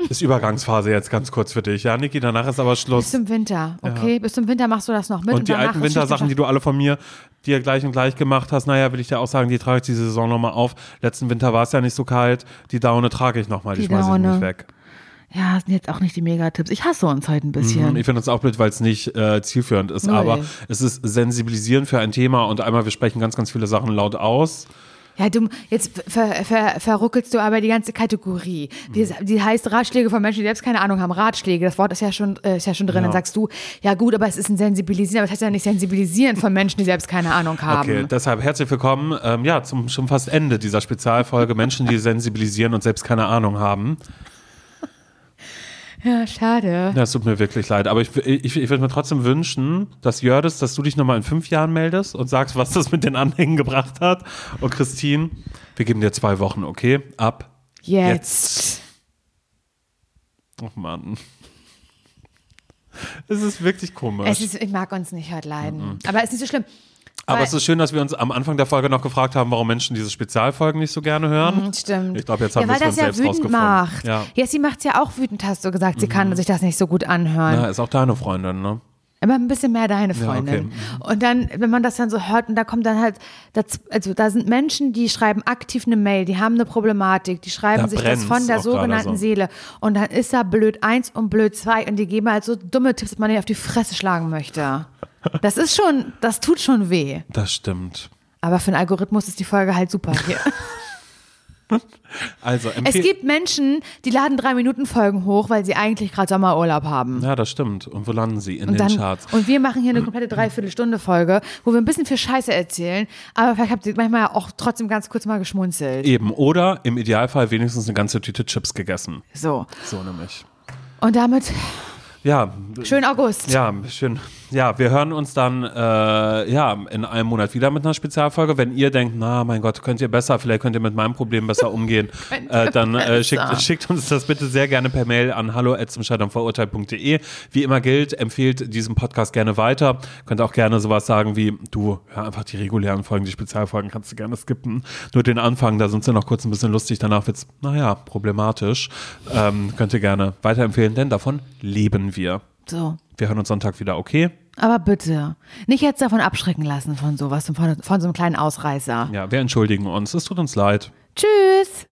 ist Übergangsphase jetzt ganz kurz für dich. Ja, Niki, danach ist aber Schluss.
Bis zum Winter, okay? Bis zum Winter machst du das noch mit.
Und die
danach
alten
ist Schicht im
Wintersachen, die
Schacht.
du alle von mir dir gleich und gleich gemacht hast, naja, will ich dir auch sagen, die trage ich diese Saison nochmal auf. Letzten Winter war es ja nicht so kalt. Die Daune trage ich nochmal, die,
Die
schmeiße ich
Daune.
nicht weg.
Ja, das sind jetzt auch nicht die Megatipps. Ich hasse uns heute ein bisschen.
Und ich finde das auch blöd, weil es nicht äh, zielführend ist,
Null.
aber es ist sensibilisieren für ein Thema und einmal, wir sprechen ganz, ganz viele Sachen laut aus.
Ja, du, jetzt ver, ver, verruckelst du aber die ganze Kategorie.
Mhm.
Die, die heißt Ratschläge von Menschen, die selbst keine Ahnung haben. Ratschläge, das Wort ist ja schon, äh, ist ja schon drin. Dann sagst du, ja gut, aber es ist ein Sensibilisieren, aber es heißt ja nicht Sensibilisieren von Menschen, die selbst keine Ahnung haben.
Okay, Ähm, deshalb herzlich willkommen, ähm, ja, zum schon fast Ende dieser Spezialfolge Menschen, die sensibilisieren und selbst keine Ahnung haben.
Ja, schade.
Ja, es tut mir wirklich leid, aber ich, ich, ich würde mir trotzdem wünschen, dass Jördis, dass du dich nochmal in fünf Jahren meldest und sagst, was das mit den Anhängen gebracht hat. Und Christine, wir geben dir zwei Wochen, okay? Ab.
Jetzt.
Oh Mann. Es ist wirklich komisch.
Es ist, ich mag uns nicht heute leiden. Aber es ist nicht so schlimm.
Mhm. aber
weil-
es ist schön, dass wir uns am Anfang der Folge noch gefragt haben, warum Menschen diese Spezialfolgen nicht so gerne hören.
Mhm, Stimmt.
Ich glaube, jetzt haben
ja,
wir
weil
es für uns
das ja
selbst
wütend
rausgefunden.
macht.
Ja. Mhm.
Jessie macht es ja auch wütend, hast du gesagt. Sie kann sich das nicht so gut anhören.
Ja, ist auch deine Freundin, ne?
Aber ein bisschen mehr deine
Ja, okay. Mhm.
Freundin. Und dann, wenn man das dann so hört, und da kommt dann halt, das, also da sind Menschen, die schreiben aktiv eine Mail, die haben eine Problematik, die schreiben
Da
sich das
brennt's
von der
auch gerade
sogenannten
so.
Seele. Und dann ist da blöd eins und blöd zwei und die geben halt so dumme Tipps, dass man die auf die Fresse schlagen möchte. Das ist schon, das tut schon weh.
Das stimmt.
Aber für einen Algorithmus ist die Folge halt super hier.
Also,
Es
empfehl-
gibt Menschen, die laden drei Minuten Folgen hoch, weil sie eigentlich gerade Sommerurlaub haben.
Ja, das stimmt. Und wo landen sie? In
Und,
den
dann,
Charts. Mhm.
und wir machen hier eine komplette Dreiviertelstunde-Folge, wo wir ein bisschen viel Scheiße erzählen, aber vielleicht habt ihr manchmal auch trotzdem ganz kurz mal geschmunzelt.
Eben. Oder im Idealfall wenigstens eine ganze Tüte Chips gegessen.
So.
So nämlich.
Und damit
Ja,
Schönen August.
ja, schön. Ja, wir hören uns dann äh, ja, in einem Monat wieder mit einer Spezialfolge. Wenn ihr denkt, na mein Gott, könnt ihr besser, vielleicht könnt ihr mit meinem Problem besser umgehen, äh, dann äh, schickt,
besser.
schickt uns das bitte sehr gerne per Mail an hallo zum verurteilt.de. Wie immer gilt, empfehlt diesen Podcast gerne weiter. Könnt auch gerne sowas sagen wie, du, hör einfach die regulären Folgen, die Spezialfolgen kannst du gerne skippen. Nur den Anfang, da sind sie noch kurz ein bisschen lustig, danach wird's, naja, problematisch. Ähm, könnt ihr gerne weiterempfehlen, denn davon leben wir.
So.
Wir hören uns Sonntag wieder, okay?
Aber bitte, nicht jetzt davon abschrecken lassen von sowas, und von, von so einem kleinen Ausreißer.
Ja, wir entschuldigen uns. Es tut uns leid.
Tschüss!